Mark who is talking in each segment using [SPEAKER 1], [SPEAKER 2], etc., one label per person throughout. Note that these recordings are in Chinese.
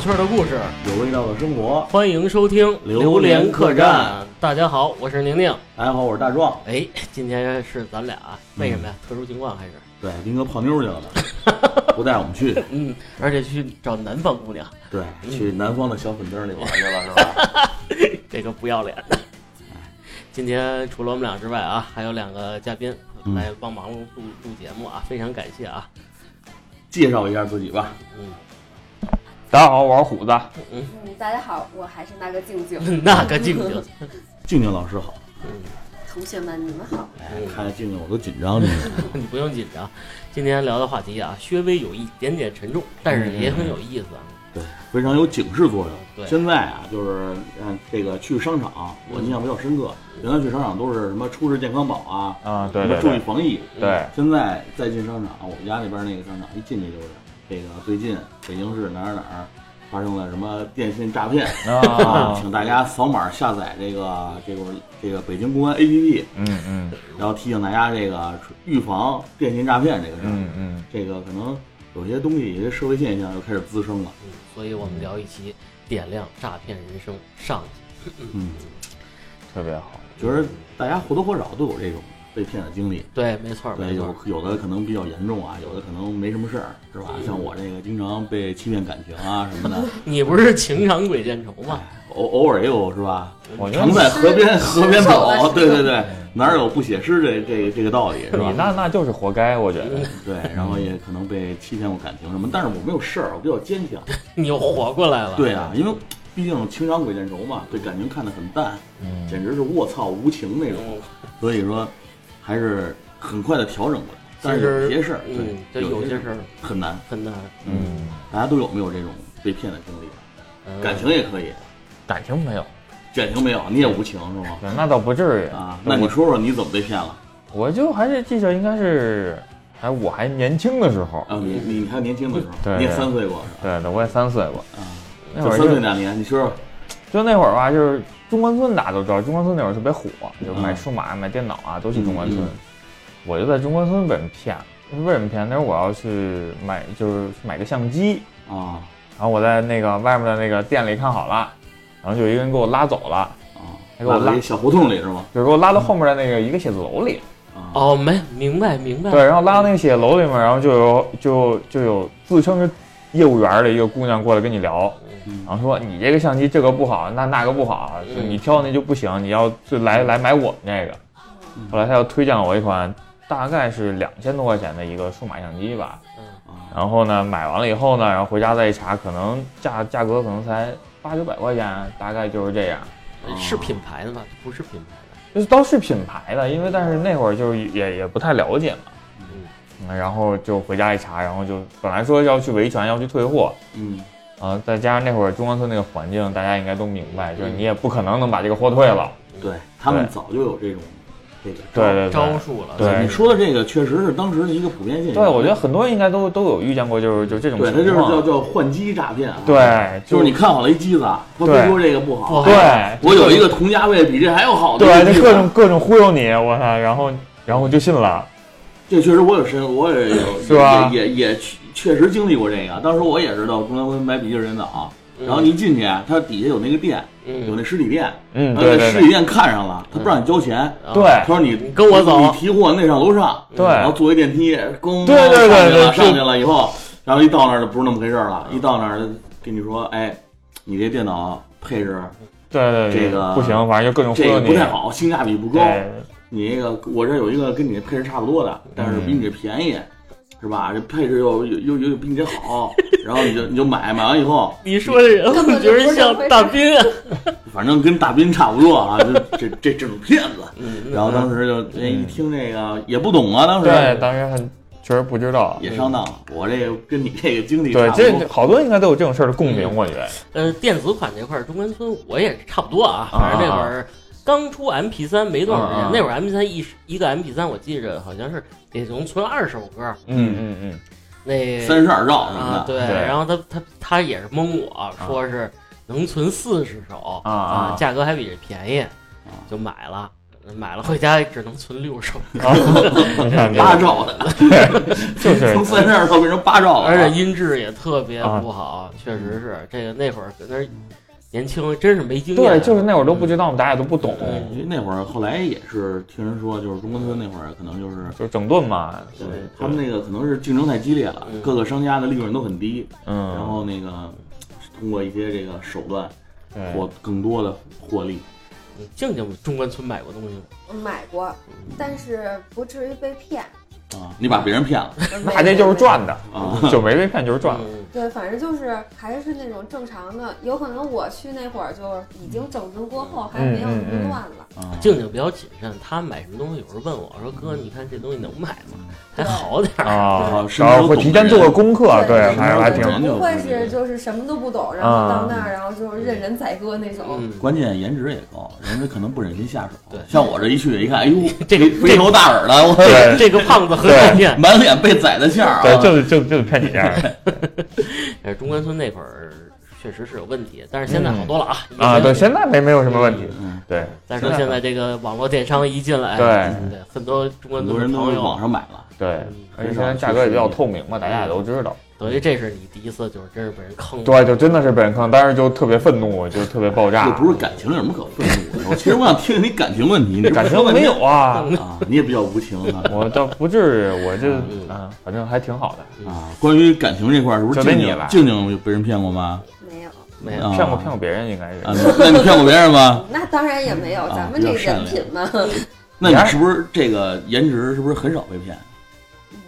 [SPEAKER 1] 趣儿的故事，
[SPEAKER 2] 有味道的生活。
[SPEAKER 1] 欢迎收听
[SPEAKER 2] 榴莲客栈。
[SPEAKER 1] 大家好，我是宁宁。
[SPEAKER 2] 大家好，我是大壮。
[SPEAKER 1] 哎，今天是咱俩，啊为什么呀？特殊情况还是
[SPEAKER 2] 对，林哥泡妞去了， 不带我们去。
[SPEAKER 1] 嗯，而且去找南方姑娘，
[SPEAKER 2] 对，去南方的小粉灯里玩去了，是 吧？
[SPEAKER 1] 这个不要 脸的。今天除了我们俩之外啊，还有两个嘉宾
[SPEAKER 2] 嗯
[SPEAKER 1] 来帮忙录录节目啊，非常感谢啊。
[SPEAKER 2] 介绍一下自己吧。
[SPEAKER 1] 嗯，
[SPEAKER 3] 大家好，我是虎子。
[SPEAKER 4] 嗯，大家好，我还是那个静静。
[SPEAKER 1] 那个静静，
[SPEAKER 2] 静静老师好，
[SPEAKER 1] 嗯，
[SPEAKER 4] 同学们，你们好。
[SPEAKER 2] 哎，看见静静我都紧张。这 个
[SPEAKER 1] 你不用紧张。今天聊的话题啊，稍微有一点点沉重，但是也很有意思啊。
[SPEAKER 2] 对，非常有警示作
[SPEAKER 1] 对
[SPEAKER 2] 用。现在啊，就是嗯，这个去商场，我印象比较深刻。原来去商场都是什么出示健康宝啊，
[SPEAKER 3] 啊，
[SPEAKER 2] 什
[SPEAKER 3] 对
[SPEAKER 2] 么
[SPEAKER 3] 对
[SPEAKER 2] 注意
[SPEAKER 3] 对
[SPEAKER 2] 防疫。
[SPEAKER 3] 对，
[SPEAKER 2] 现在再进商场，我们家那边那个商场一进去就是这个最近北京市哪儿哪儿发生了什么电信诈骗。啊，
[SPEAKER 3] 啊，
[SPEAKER 2] 请大家扫码下载这个这个这个北京公安 APP，
[SPEAKER 3] 嗯嗯
[SPEAKER 2] 然后提醒大家这个预防电信诈骗这个事儿。
[SPEAKER 3] 嗯嗯，
[SPEAKER 2] 这个可能有些东西，有些社会现象又开始滋生了。
[SPEAKER 1] 嗯，所以我们聊一期点亮诈骗人生上集。
[SPEAKER 2] 嗯，
[SPEAKER 3] 特别好。
[SPEAKER 2] 觉得大家或多或少都有这种被骗的经历。
[SPEAKER 1] 对，没错，
[SPEAKER 2] 对，
[SPEAKER 1] 嗯没
[SPEAKER 2] 有
[SPEAKER 1] 错。
[SPEAKER 2] 有的可能比较严重啊，有的可能没什么事儿，是吧？像我这个经常被欺骗感情啊什么的，
[SPEAKER 1] 你不是情场鬼见愁吗？
[SPEAKER 2] 偶偶尔也有是吧？
[SPEAKER 3] 我觉得
[SPEAKER 2] 常在河边河边
[SPEAKER 4] 失手了
[SPEAKER 2] 走，对对
[SPEAKER 4] 失手
[SPEAKER 2] 对，哪有不写诗这这这个道理是吧
[SPEAKER 3] 你？那那就是活该，我觉得。
[SPEAKER 2] 对，然后也可能被欺骗过感情什么，但是我没有事儿，我比较坚强。
[SPEAKER 1] 你又活过来了。
[SPEAKER 2] 对啊，因为毕竟情长鬼见愁嘛，对感情看得很淡，
[SPEAKER 3] 嗯
[SPEAKER 2] 简直是卧槽无情那种。
[SPEAKER 1] 嗯，
[SPEAKER 2] 所以说，还是很快的调整过来。但
[SPEAKER 1] 其
[SPEAKER 2] 是有
[SPEAKER 1] 实
[SPEAKER 2] 些事儿，
[SPEAKER 1] 嗯，这
[SPEAKER 2] 对，
[SPEAKER 1] 有
[SPEAKER 2] 些
[SPEAKER 1] 些
[SPEAKER 2] 事
[SPEAKER 1] 事儿
[SPEAKER 2] 很难。
[SPEAKER 1] 很难。
[SPEAKER 3] 嗯，
[SPEAKER 2] 大家都有没有这种被骗的经历？
[SPEAKER 1] 嗯
[SPEAKER 2] 感情也可以，
[SPEAKER 3] 感情没有，
[SPEAKER 2] 感情没有，你也无情是吗？
[SPEAKER 3] 那倒不至于
[SPEAKER 2] 啊，那你说说你怎么被骗了？
[SPEAKER 3] 我就还是记着，应该是还我还年轻的时候。
[SPEAKER 2] 啊，你你你还年轻的时候，
[SPEAKER 3] 嗯对哎
[SPEAKER 2] 你也三岁过是吧
[SPEAKER 3] 对对，我也三岁过，
[SPEAKER 2] 啊，
[SPEAKER 3] 那会
[SPEAKER 2] 就
[SPEAKER 3] 儿
[SPEAKER 2] 三岁
[SPEAKER 3] 就
[SPEAKER 2] 那年，你说说，
[SPEAKER 3] 就那会儿吧，就是中关村大家都知道，中关村那会儿特别火，就买数码、买电脑啊，都去中关村
[SPEAKER 2] 嗯嗯。
[SPEAKER 3] 我就在中关村被人骗了，为什么骗？那时候我要去买，就是买个相机，
[SPEAKER 2] 啊
[SPEAKER 3] 然后我在那个外面的那个店里看好了，然后就有一个人给我拉走了，
[SPEAKER 2] 啊，
[SPEAKER 3] 还哎给我拉
[SPEAKER 2] 到一小胡同里是吗？
[SPEAKER 3] 就是给我拉到后面的那个一个写字楼里，
[SPEAKER 2] 啊，
[SPEAKER 1] 哦，没明白明白。
[SPEAKER 3] 对，然后拉到那个写字楼里面，然后就有就就有自称是业务员的一个姑娘过来跟你聊，
[SPEAKER 2] 嗯
[SPEAKER 3] 然后说你这个相机这个不好，那那个不好，就
[SPEAKER 1] 嗯
[SPEAKER 3] 你挑那就不行，你要就来来买我们这个。后来他又推荐了我一款大概是两千多块钱的一个数码相机吧，
[SPEAKER 1] 嗯
[SPEAKER 2] 啊
[SPEAKER 3] 然后呢买完了以后呢，然后回家再一查，可能价价格可能才八九百块钱，大概就是这样。
[SPEAKER 2] 哦
[SPEAKER 1] 是品牌的吗？不是品牌的。
[SPEAKER 3] 就是都是品牌的，因为但是那会儿就是也也不太了解嘛，嗯，然后就回家一查，然后就本来说要去维权，要去退货，
[SPEAKER 2] 嗯，
[SPEAKER 3] 啊、再加上那会儿中关村那个环境，大家应该都明白，就是
[SPEAKER 2] 嗯
[SPEAKER 3] 你也不可能能把这个货退了，
[SPEAKER 2] 对他们
[SPEAKER 3] 对
[SPEAKER 2] 早就有这种这个
[SPEAKER 3] 对
[SPEAKER 2] 招
[SPEAKER 3] 对
[SPEAKER 1] 招
[SPEAKER 3] 对，
[SPEAKER 1] 数了。
[SPEAKER 3] 对
[SPEAKER 2] 你说的这个确实是当时的一个普遍现象。
[SPEAKER 3] 对我觉得很多人应该都都有遇见过，就是就这种
[SPEAKER 2] 对，它就
[SPEAKER 3] 情
[SPEAKER 2] 是叫
[SPEAKER 3] 况，
[SPEAKER 2] 叫换机诈骗啊。，
[SPEAKER 3] 啊对，
[SPEAKER 2] 就是你看好了一机子啊，说
[SPEAKER 3] 对
[SPEAKER 2] 非说这个不好，
[SPEAKER 1] 不好
[SPEAKER 3] 对
[SPEAKER 2] 我有一个同价位比这还要好的一个
[SPEAKER 3] 对，
[SPEAKER 2] 机
[SPEAKER 3] 就
[SPEAKER 2] 子，啊
[SPEAKER 3] 各种各种忽悠你，我操，然后然后我就信了，
[SPEAKER 2] 这确实我有深，我也有
[SPEAKER 3] 是吧
[SPEAKER 2] 也也也确确实经历过这个。当时我也是到中关村买笔记本电脑，
[SPEAKER 1] 嗯
[SPEAKER 2] 啊然后你一进去，它底下有那个店，有
[SPEAKER 1] 嗯，
[SPEAKER 2] 那实体店，
[SPEAKER 3] 嗯，
[SPEAKER 2] 然后
[SPEAKER 3] 对
[SPEAKER 2] 那
[SPEAKER 3] 对
[SPEAKER 2] 实体
[SPEAKER 3] 对
[SPEAKER 2] 店看上了，他不让你交钱，
[SPEAKER 1] 啊
[SPEAKER 3] 对
[SPEAKER 2] 他说你
[SPEAKER 1] 你跟我走
[SPEAKER 2] 你提货那上楼上，
[SPEAKER 3] 对
[SPEAKER 2] 然后坐一电梯，咣，
[SPEAKER 3] 对对对对
[SPEAKER 2] 上去了，
[SPEAKER 3] 是
[SPEAKER 2] 上去了以后，然后一到那儿就不是那么回事儿了，一到那儿就跟你说，哎，你这电脑配置
[SPEAKER 3] 对对，
[SPEAKER 2] 这个
[SPEAKER 3] 不行，反正就各种忽
[SPEAKER 2] 这
[SPEAKER 3] 悠
[SPEAKER 2] 个
[SPEAKER 3] 你，
[SPEAKER 2] 不太好，性价比不高，
[SPEAKER 3] 对嗯
[SPEAKER 2] 你那个我这有一个跟你配置差不多的，但是比你这便宜，是吧？这配置又又又又比你这好， 然后你就你就买，买完以后，
[SPEAKER 1] 你说的人，我
[SPEAKER 4] 根本
[SPEAKER 1] 觉
[SPEAKER 4] 就不是
[SPEAKER 1] 得像大斌啊。
[SPEAKER 2] 反正跟大斌差不多啊， 就这这这种骗子。
[SPEAKER 1] 嗯
[SPEAKER 2] 然后当时就哎一听这个也不懂啊，当时
[SPEAKER 3] 对，当时很确实不知道，
[SPEAKER 2] 也上当了。我这个跟你这个经历
[SPEAKER 3] 对
[SPEAKER 2] 差，不
[SPEAKER 3] 这
[SPEAKER 2] 多
[SPEAKER 3] 这好多应该都有这种事儿的共鸣，
[SPEAKER 1] 嗯
[SPEAKER 3] 我觉得。
[SPEAKER 1] 呃，电子款这块儿，中关村我也差不多啊，反正那会儿刚出 MP 三没多少时
[SPEAKER 3] 啊啊
[SPEAKER 1] 间，那会儿 MP 三一一个 MP 三，我记着好像是得能存二首歌，
[SPEAKER 3] 嗯嗯嗯，
[SPEAKER 1] 那
[SPEAKER 2] 三十二兆什
[SPEAKER 1] 啊
[SPEAKER 2] 么
[SPEAKER 1] 对，
[SPEAKER 3] 对啊
[SPEAKER 1] 然后他他他也是蒙我说是能存四十首
[SPEAKER 3] 啊啊
[SPEAKER 1] 价格还比这便宜
[SPEAKER 2] 啊，
[SPEAKER 1] 就买了。买了回家只能存六手，
[SPEAKER 3] 啊，你看这
[SPEAKER 2] 八
[SPEAKER 3] 个
[SPEAKER 2] 兆的，
[SPEAKER 3] 就是
[SPEAKER 2] 从三十二兆变成八
[SPEAKER 3] 啊
[SPEAKER 2] 兆了，啊
[SPEAKER 1] 而且音质也特别不好，确实是这个那会儿搁那儿年轻，真是没经验。嗯
[SPEAKER 3] 对，就是那会儿都不知道，我们大家都不懂，
[SPEAKER 2] 因为那会儿后来也是听人说，就是中关村那会儿可能就是。
[SPEAKER 3] 就整顿嘛。
[SPEAKER 2] 对他们那个可能是竞争太激烈了，各个商家的利润都很低，
[SPEAKER 3] 嗯，
[SPEAKER 2] 然后那个通过一些这个手段
[SPEAKER 3] 对
[SPEAKER 2] 获更多的获利。
[SPEAKER 1] 嗯静静中关村买过东西吗？
[SPEAKER 4] 我买过，但是不至于被 骗。
[SPEAKER 2] 啊，你把别人骗了
[SPEAKER 3] 那这就是赚的
[SPEAKER 2] 啊！
[SPEAKER 3] 就没被骗就是赚的。
[SPEAKER 1] 嗯
[SPEAKER 4] 对，反正就是还是那种正常的，有可能我去那会儿就已经整顿过后，还
[SPEAKER 3] 嗯
[SPEAKER 4] 没有那么乱了。
[SPEAKER 2] 啊，
[SPEAKER 1] 静静比较谨慎，她买什么东西，有时候问我说：“哥，你看这东西能买
[SPEAKER 3] 嗯
[SPEAKER 1] 吗？还好点儿。
[SPEAKER 3] 啊，
[SPEAKER 2] 是
[SPEAKER 3] 然后会提前做个功课，对，
[SPEAKER 4] 对
[SPEAKER 3] 还还挺啊
[SPEAKER 2] 对
[SPEAKER 4] 不会是就是什么都不懂，然后到那儿然后就是任人宰割那”种。
[SPEAKER 1] 嗯，
[SPEAKER 2] 关键颜值也高，人家可能不忍心下手。
[SPEAKER 1] 对
[SPEAKER 2] 像我 这一去一看，哎呦，
[SPEAKER 1] 这个
[SPEAKER 2] 肥头大耳的，我
[SPEAKER 3] 对
[SPEAKER 1] 这个胖子很好骗。
[SPEAKER 2] 满脸被宰的馅儿
[SPEAKER 3] 对，
[SPEAKER 2] 啊！
[SPEAKER 3] 就是就就是骗你这样的
[SPEAKER 1] 呃，中关村那会儿确实是有问题，但是现在好多了啊。
[SPEAKER 3] 啊。对，
[SPEAKER 1] 现
[SPEAKER 3] 现在没没有什么问题。
[SPEAKER 2] 嗯，
[SPEAKER 3] 对，
[SPEAKER 1] 再说现在这个网络电商一进来，
[SPEAKER 3] 对
[SPEAKER 1] 对，很多中关
[SPEAKER 2] 很多人
[SPEAKER 1] 村的
[SPEAKER 2] 都
[SPEAKER 1] 朋
[SPEAKER 2] 是
[SPEAKER 1] 友，
[SPEAKER 2] 网
[SPEAKER 1] 啊
[SPEAKER 2] 上买了，
[SPEAKER 3] 对，而且现在价格也比较透明嘛，大家也都知道。
[SPEAKER 1] 等于这是你第一次，就是真是被人坑了。
[SPEAKER 3] 对，就真的是被人坑，但是就特别愤怒，就特别爆炸
[SPEAKER 2] 这。不是感情有什么可愤怒的。我其 实我想听听你感情问 题，你这
[SPEAKER 3] 感
[SPEAKER 2] 不说
[SPEAKER 3] 情
[SPEAKER 2] 半
[SPEAKER 3] 没
[SPEAKER 2] 天
[SPEAKER 3] 有啊，
[SPEAKER 2] 啊，你也比较无情啊。
[SPEAKER 3] 我倒不至于，我这
[SPEAKER 1] 嗯
[SPEAKER 3] 啊，反正还挺好的，
[SPEAKER 2] 啊，关于感情这块儿，是不是
[SPEAKER 3] 就得
[SPEAKER 2] 静
[SPEAKER 3] 你
[SPEAKER 2] 静
[SPEAKER 3] 了
[SPEAKER 2] 静静有被人骗过吗？
[SPEAKER 4] 没有，
[SPEAKER 1] 没有，
[SPEAKER 2] 啊
[SPEAKER 3] 骗过骗过别人应该是
[SPEAKER 2] 啊，那你骗过别人 吗？
[SPEAKER 4] 那当然也没有，
[SPEAKER 2] 啊
[SPEAKER 4] 咱们这
[SPEAKER 2] 比较善
[SPEAKER 4] 人
[SPEAKER 2] 良
[SPEAKER 4] 品嘛。
[SPEAKER 2] 那你是不是这个颜值是不是很少被骗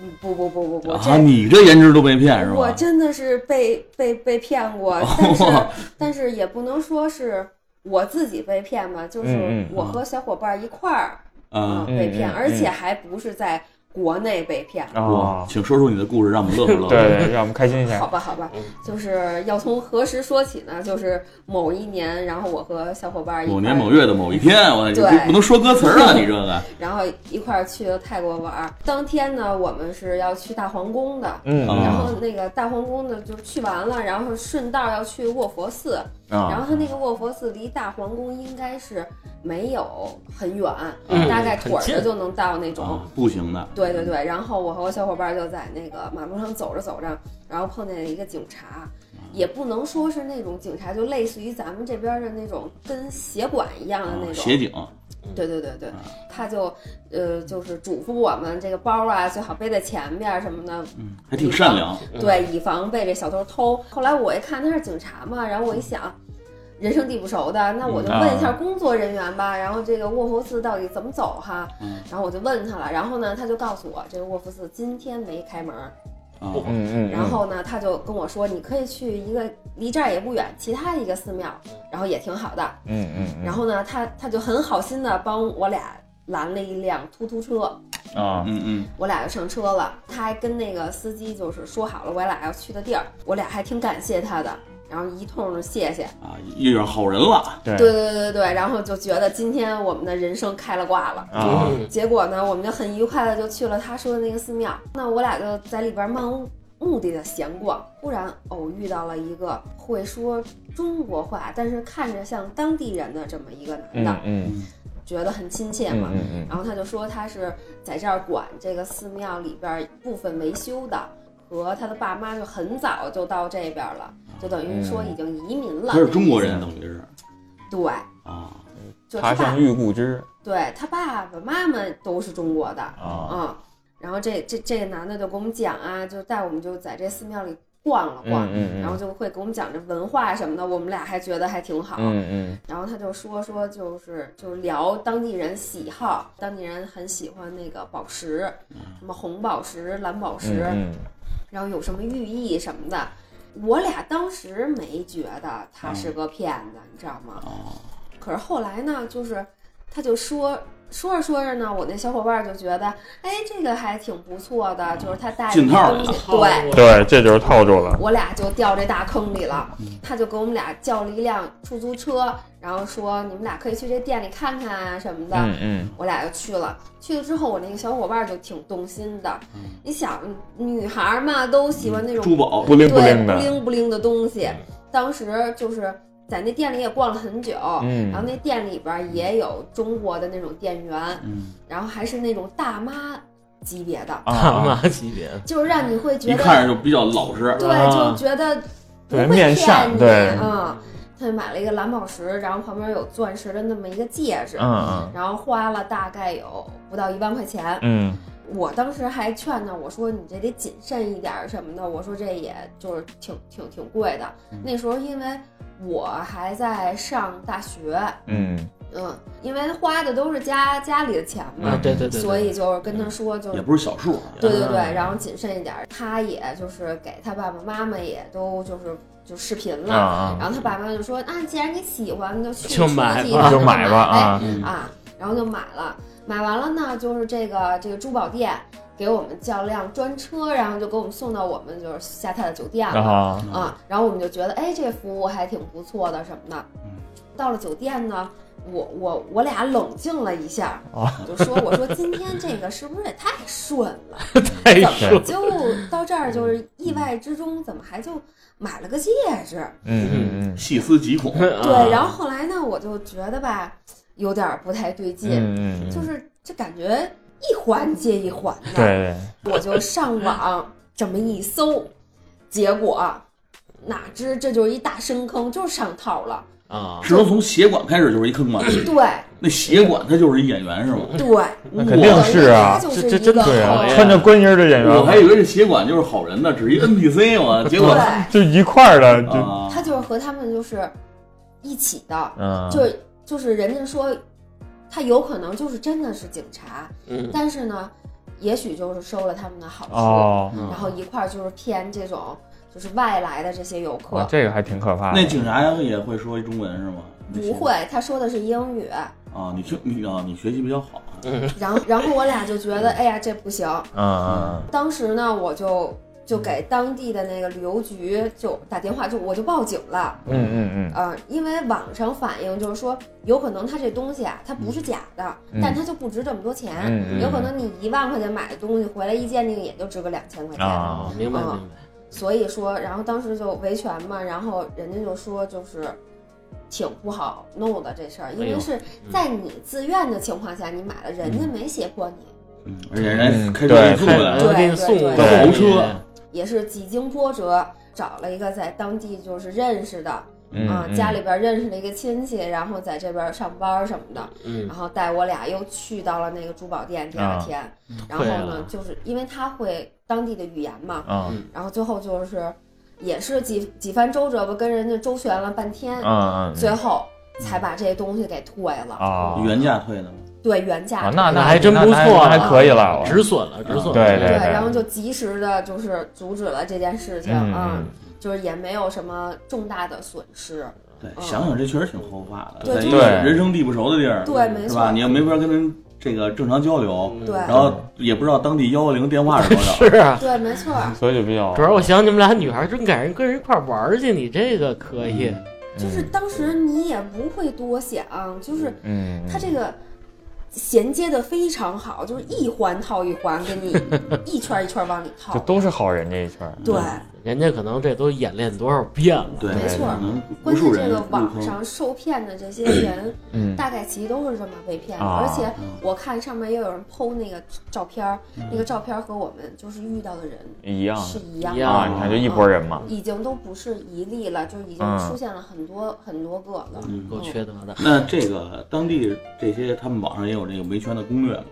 [SPEAKER 4] 嗯不不不不不，
[SPEAKER 2] 啊？
[SPEAKER 4] 这
[SPEAKER 2] 你这颜值都被骗是
[SPEAKER 4] 我
[SPEAKER 2] 吧？
[SPEAKER 4] 真的是被被被骗
[SPEAKER 3] 哦
[SPEAKER 4] 过，但是 但是也不能说是我自己被骗吧，就
[SPEAKER 3] 嗯
[SPEAKER 4] 是
[SPEAKER 3] 嗯
[SPEAKER 4] 我和小伙伴一块儿啊
[SPEAKER 2] 啊，
[SPEAKER 4] 被骗，
[SPEAKER 3] 嗯嗯
[SPEAKER 4] 而且还不是在国内被骗。
[SPEAKER 2] 哇
[SPEAKER 3] 啊，
[SPEAKER 2] 哦请说出你的故事，让我们乐呵乐
[SPEAKER 3] 对
[SPEAKER 2] 呵。
[SPEAKER 3] 对，让我们开心一
[SPEAKER 4] 好
[SPEAKER 3] 下。
[SPEAKER 4] 吧，好吧，就是要从何时说起呢？就是某一年，然后我和小伙伴一块儿
[SPEAKER 2] 某年某月的某一天，我你
[SPEAKER 4] 对
[SPEAKER 2] 不能说歌词儿啊，你这个
[SPEAKER 4] 然后一块儿去了泰国玩儿。当天呢，我们是要去大皇宫的，
[SPEAKER 3] 嗯
[SPEAKER 4] 然
[SPEAKER 2] 啊
[SPEAKER 4] 后那个大皇宫呢就去完了，然后顺道要去卧佛寺，然
[SPEAKER 3] 啊
[SPEAKER 4] 后它那个卧佛寺离大皇宫应该是没有很远，
[SPEAKER 1] 嗯
[SPEAKER 4] 大概
[SPEAKER 1] 很
[SPEAKER 4] 腿儿
[SPEAKER 1] 近
[SPEAKER 4] 着就能到那种。
[SPEAKER 2] 啊，不行的
[SPEAKER 4] 对对对，然后我和我小伙伴就在那个马路上走着走着，然后碰见了一个警察，也不能说是那种警察，就类似于咱们这边的那种跟协管一样的
[SPEAKER 2] 啊
[SPEAKER 4] 那种。
[SPEAKER 2] 协警
[SPEAKER 4] 对对对对
[SPEAKER 2] 啊，
[SPEAKER 4] 他就呃就是嘱咐我们这个包啊最好背在前边儿什么的，
[SPEAKER 3] 嗯
[SPEAKER 2] 还挺善良，啊
[SPEAKER 1] 嗯
[SPEAKER 4] 对，以防被这小偷偷。后来我一看他是警察嘛，然后
[SPEAKER 3] 嗯
[SPEAKER 4] 我一想，人生地不熟的，那我就
[SPEAKER 3] 啊
[SPEAKER 4] 问一下工作人员吧。然后这个卧佛寺到底怎么走哈？
[SPEAKER 2] 嗯
[SPEAKER 4] 然后我就问他了，然后呢，他就告诉我这个卧佛寺今天没开门。
[SPEAKER 2] 啊
[SPEAKER 1] 不
[SPEAKER 3] 嗯嗯
[SPEAKER 4] 然
[SPEAKER 3] 嗯，
[SPEAKER 4] 后呢，他就跟我说，你可以去一个离这儿也不远其他的一个寺庙，然后也挺好的。
[SPEAKER 3] 嗯嗯嗯，
[SPEAKER 4] 然后呢，他他就很好心的帮我俩拦了一辆突突车。
[SPEAKER 3] 啊
[SPEAKER 2] 嗯嗯，
[SPEAKER 4] 我俩就上车了，他还跟那个司机就是说好了我俩要去的地儿，我俩还挺感谢他的，然后一通的谢谢，
[SPEAKER 2] 啊，遇上好人了，
[SPEAKER 3] 对
[SPEAKER 4] 对对对对对，然后就觉得今天我们的人生开了挂了。
[SPEAKER 3] 啊
[SPEAKER 1] 嗯
[SPEAKER 4] 结果呢，我们就很愉快的就去了他说的那个寺庙，那我俩就在里边漫无目的的闲逛，突然偶遇到了一个会说中国话，但是看着像当地人的这么一个男的，
[SPEAKER 3] 嗯嗯
[SPEAKER 4] 觉得很亲切
[SPEAKER 3] 嗯
[SPEAKER 4] 嘛。
[SPEAKER 3] 嗯嗯
[SPEAKER 4] 然后他就说他是在这儿管这个寺庙里边部分维修的，和他的爸妈就很早就到这边了，就等于说已经移民
[SPEAKER 2] 嗯
[SPEAKER 4] 了。
[SPEAKER 2] 他是中国人，等于是
[SPEAKER 4] 对，
[SPEAKER 2] 啊，
[SPEAKER 4] 就
[SPEAKER 3] 爬
[SPEAKER 4] 他爸
[SPEAKER 3] 上，遇故知
[SPEAKER 4] 对他爸爸妈妈都是中国的，
[SPEAKER 3] 啊
[SPEAKER 4] 嗯。然后这这这个男的就给我们讲啊，就带我们就在这寺庙里逛了逛，
[SPEAKER 3] 嗯嗯嗯
[SPEAKER 4] 然后就会给我们讲这文化什么的，我们俩还觉得还挺好。
[SPEAKER 3] 嗯嗯
[SPEAKER 4] 然后他就说说就是就聊当地人喜好，当地人很喜欢那个宝石，什么红宝石、蓝宝石，
[SPEAKER 3] 嗯
[SPEAKER 4] 然后有什么寓意什么的。我俩当时没觉得他是个骗子，你知道吗？可是后来呢，就是他就说说着说着呢，我那小伙伴就觉得，哎，这个还挺不错的，就是他带
[SPEAKER 2] 进套
[SPEAKER 4] 东
[SPEAKER 2] 里
[SPEAKER 4] 西
[SPEAKER 2] 了，
[SPEAKER 1] 对
[SPEAKER 4] 对，
[SPEAKER 3] 嗯，对，这就是套住了。
[SPEAKER 4] 我俩就掉这大坑里了。他就给我们俩叫了一辆出租车，然后说你们俩可以去这店里看看啊什么的。
[SPEAKER 3] 嗯嗯
[SPEAKER 4] 我俩就去了，去了之后，我那个小伙伴就挺动心的。你想，女孩嘛，都喜欢那种
[SPEAKER 2] 珠宝
[SPEAKER 3] 不灵
[SPEAKER 4] 对
[SPEAKER 3] 不灵的
[SPEAKER 4] 不灵不灵的东西。当时就是在那店里也逛了很久，
[SPEAKER 3] 嗯
[SPEAKER 4] 然后那店里边儿也有中国的那种店员，
[SPEAKER 2] 嗯，
[SPEAKER 4] 然后还是那种大妈级别的，
[SPEAKER 3] 啊
[SPEAKER 1] 大妈嗯级别，
[SPEAKER 4] 就是让你会觉
[SPEAKER 2] 一
[SPEAKER 4] 得
[SPEAKER 2] 看着就比较老实，
[SPEAKER 4] 对，就觉得不
[SPEAKER 3] 啊对
[SPEAKER 4] 会
[SPEAKER 3] 面
[SPEAKER 4] 骗
[SPEAKER 3] 善
[SPEAKER 4] 你，
[SPEAKER 3] 对
[SPEAKER 4] 嗯，他就买了一个蓝宝石，然后旁边有钻石的那么一个戒指，
[SPEAKER 3] 嗯
[SPEAKER 4] 然后花了大概有不到一万块钱。
[SPEAKER 3] 嗯
[SPEAKER 4] 我当时还劝呢，我说你这得谨慎一点儿什么的，我说这也就是挺挺挺贵的。
[SPEAKER 3] 嗯
[SPEAKER 4] 那时候因为我还在上大学，
[SPEAKER 3] 嗯
[SPEAKER 4] 嗯，因为花的都是家家里的钱嘛，
[SPEAKER 1] 啊，
[SPEAKER 3] 嗯
[SPEAKER 1] 对对对对，
[SPEAKER 4] 所以就是跟他说就是
[SPEAKER 2] 也不是小数啊。
[SPEAKER 4] 对对对，
[SPEAKER 1] 嗯
[SPEAKER 4] 然后谨慎一点儿。他也就是给他爸爸妈妈也都就是就视频
[SPEAKER 3] 嗯
[SPEAKER 4] 了，
[SPEAKER 3] 啊
[SPEAKER 4] 然后他爸妈就说啊，既然你喜欢，就去
[SPEAKER 1] 就买
[SPEAKER 4] 出去
[SPEAKER 1] 吧
[SPEAKER 3] 啊，
[SPEAKER 4] 吧
[SPEAKER 3] 就买吧啊，
[SPEAKER 2] 嗯
[SPEAKER 4] 啊，然后就买了。买完了呢，就是这个这个珠宝店给我们叫辆专车，然后就给我们送到我们就是下榻的酒店了。
[SPEAKER 3] 啊
[SPEAKER 2] 嗯
[SPEAKER 4] 啊，然后我们就觉得，哎，这服务还挺不错的什么的
[SPEAKER 2] 嗯。
[SPEAKER 4] 到了酒店呢，我我我俩冷静了一下，
[SPEAKER 3] 哦
[SPEAKER 4] 就说我说今天这个是不是也太顺了？
[SPEAKER 1] 太
[SPEAKER 4] 怎 么
[SPEAKER 1] 顺，
[SPEAKER 4] 就到这儿就是意外之中，怎么还就买了个戒指？
[SPEAKER 3] 嗯嗯嗯
[SPEAKER 2] 细思极恐，
[SPEAKER 4] 对，然
[SPEAKER 1] 后
[SPEAKER 4] 后后来呢，我就觉得吧，有点儿不太对劲，
[SPEAKER 3] 嗯嗯，
[SPEAKER 4] 就是这感觉一环接一环的。
[SPEAKER 3] 对啊
[SPEAKER 4] 我就上网这么一搜，结果哪知这就是一大深坑，就是上套了。
[SPEAKER 1] 啊，
[SPEAKER 2] 只能从血管开始就是一坑嘛。
[SPEAKER 3] 嗯
[SPEAKER 4] 对
[SPEAKER 2] 那血管它就是一演员是吗？
[SPEAKER 4] 对，
[SPEAKER 3] 那肯定是啊
[SPEAKER 4] 它就
[SPEAKER 1] 这
[SPEAKER 4] 是
[SPEAKER 1] 这
[SPEAKER 4] 一
[SPEAKER 1] 真
[SPEAKER 4] 个
[SPEAKER 1] 讨
[SPEAKER 3] 对
[SPEAKER 1] 厌，
[SPEAKER 3] 啊
[SPEAKER 4] 坑
[SPEAKER 3] 穿着观音儿的演
[SPEAKER 2] 我还
[SPEAKER 3] 员啊
[SPEAKER 2] 以为这血管就是好人呢，只是一 NPC 我，结果
[SPEAKER 4] 对，
[SPEAKER 3] 就一块儿的，就
[SPEAKER 2] 啊，
[SPEAKER 4] 他就是和他们就是一起的，
[SPEAKER 1] 哦
[SPEAKER 3] 嗯
[SPEAKER 4] 就就是人家说他有可能就是真的是警察，
[SPEAKER 1] 嗯
[SPEAKER 4] 但是呢，也许就是收了他们的好处，
[SPEAKER 3] 哦，
[SPEAKER 1] 嗯
[SPEAKER 4] 然后一块儿就是骗这种就是外来的这些游客。
[SPEAKER 3] 哇这个还挺可怕的。
[SPEAKER 2] 那警察也会说中文是吗？
[SPEAKER 4] 不会，他说的是英语，
[SPEAKER 2] 啊，你听你啊，你学习比较好啊，
[SPEAKER 4] 然后然后我俩就觉得，哎呀，这不行。
[SPEAKER 2] 啊
[SPEAKER 3] 嗯
[SPEAKER 4] 当时呢，我就就给当地的那个旅游局就打电话，就我就报警了。
[SPEAKER 3] 嗯嗯嗯
[SPEAKER 4] 呃，因为网上反映就是说，有可能它这东西啊，它不是假的，
[SPEAKER 3] 嗯
[SPEAKER 4] 但它就不值这么多钱。
[SPEAKER 3] 嗯嗯
[SPEAKER 4] 有可能你一万块钱买的东西回来一鉴定也就值个两千块钱。
[SPEAKER 3] 啊，
[SPEAKER 1] 明白
[SPEAKER 4] 嗯
[SPEAKER 1] 明白，
[SPEAKER 4] 所以说，然后当时就维权嘛，然后人家就说就是挺不好弄的这事儿，因
[SPEAKER 1] 哎
[SPEAKER 4] 为
[SPEAKER 1] 呦
[SPEAKER 4] 是在你自愿的情况下你买了，人家没胁迫你，
[SPEAKER 2] 嗯而且人
[SPEAKER 3] 嗯
[SPEAKER 2] 家开车送过来
[SPEAKER 1] 然，后给你送
[SPEAKER 4] 对
[SPEAKER 3] 对
[SPEAKER 2] 豪车，
[SPEAKER 4] 也是几经波折找了一个在当地就是认识的，
[SPEAKER 3] 嗯
[SPEAKER 4] 啊，
[SPEAKER 3] 嗯
[SPEAKER 4] 家里边认识了一个亲戚，然后在这边上班什么的，
[SPEAKER 1] 嗯
[SPEAKER 4] 然后带我俩又去到了那个珠宝店，第二天，然后
[SPEAKER 1] 会
[SPEAKER 4] 呢
[SPEAKER 1] 啊，
[SPEAKER 4] 就是因为他会当地的语言嘛，
[SPEAKER 3] 啊
[SPEAKER 4] 然后最后就是也是几几番周折吧，跟人家周旋了半天，
[SPEAKER 3] 嗯
[SPEAKER 4] 最后才把这些东西给退了，
[SPEAKER 3] 啊
[SPEAKER 2] 原价退的吗？
[SPEAKER 4] 对原价
[SPEAKER 3] 啊
[SPEAKER 4] 退了、，
[SPEAKER 3] 那那
[SPEAKER 1] 还真不错啊
[SPEAKER 3] 那还可以了。
[SPEAKER 1] 止损了止损了，
[SPEAKER 3] 啊对
[SPEAKER 4] 对，
[SPEAKER 3] 对
[SPEAKER 4] 然后就及时的就是阻止了这件事情，
[SPEAKER 3] 嗯
[SPEAKER 4] 啊，
[SPEAKER 3] 嗯
[SPEAKER 4] 就是也没有什么重大的损失，
[SPEAKER 2] 对，
[SPEAKER 4] 嗯
[SPEAKER 2] 想想这确实挺后怕的，
[SPEAKER 4] 对
[SPEAKER 2] 在一
[SPEAKER 3] 对
[SPEAKER 2] 个人生地不熟的地
[SPEAKER 3] 嗯
[SPEAKER 2] 儿，
[SPEAKER 4] 对，没
[SPEAKER 2] 是
[SPEAKER 4] 错
[SPEAKER 2] 吧？，你又没法跟人这个正常交流，
[SPEAKER 1] 嗯
[SPEAKER 4] 对
[SPEAKER 2] 然后也不知道当地幺幺零电话是 多少，
[SPEAKER 1] 是啊。
[SPEAKER 4] 对，没错，
[SPEAKER 3] 所以就比
[SPEAKER 4] 哦
[SPEAKER 3] 较
[SPEAKER 1] 主要我想你们俩女孩真赶上跟人一块儿玩儿去，你这个可以，
[SPEAKER 4] 嗯
[SPEAKER 1] 嗯
[SPEAKER 4] 就是当时你也不会多想，就是。
[SPEAKER 3] 嗯，
[SPEAKER 4] 它这个衔接的非常好，就是一环套一环，给 你一圈一圈往里
[SPEAKER 3] 就
[SPEAKER 4] 套。
[SPEAKER 3] 都是好人这一圈儿。
[SPEAKER 4] 对，
[SPEAKER 1] 人家可能这都演练多少遍了，
[SPEAKER 2] 对，
[SPEAKER 4] 没错
[SPEAKER 2] 可能无
[SPEAKER 4] 关键
[SPEAKER 2] 数
[SPEAKER 4] 这
[SPEAKER 2] 人
[SPEAKER 4] 个
[SPEAKER 2] 入
[SPEAKER 4] 网
[SPEAKER 2] 坑
[SPEAKER 4] 上受骗的这些人，
[SPEAKER 3] 嗯
[SPEAKER 4] 大概其都是这么被骗的。
[SPEAKER 3] 啊嗯
[SPEAKER 4] 而且我看上面也有人 PO 那个照片儿，那个照片儿和我们就是遇到的人
[SPEAKER 3] 一样
[SPEAKER 4] 是一样
[SPEAKER 1] 一
[SPEAKER 4] 的。
[SPEAKER 1] 样
[SPEAKER 3] 嗯啊，你看就一拨人嘛。
[SPEAKER 4] 已经都不是一例了，就已经
[SPEAKER 3] 嗯
[SPEAKER 4] 出现了很多、很多个了。嗯
[SPEAKER 1] 够缺德的。
[SPEAKER 2] 那这个当地这些，他们网上也有这个维权的攻略嘛？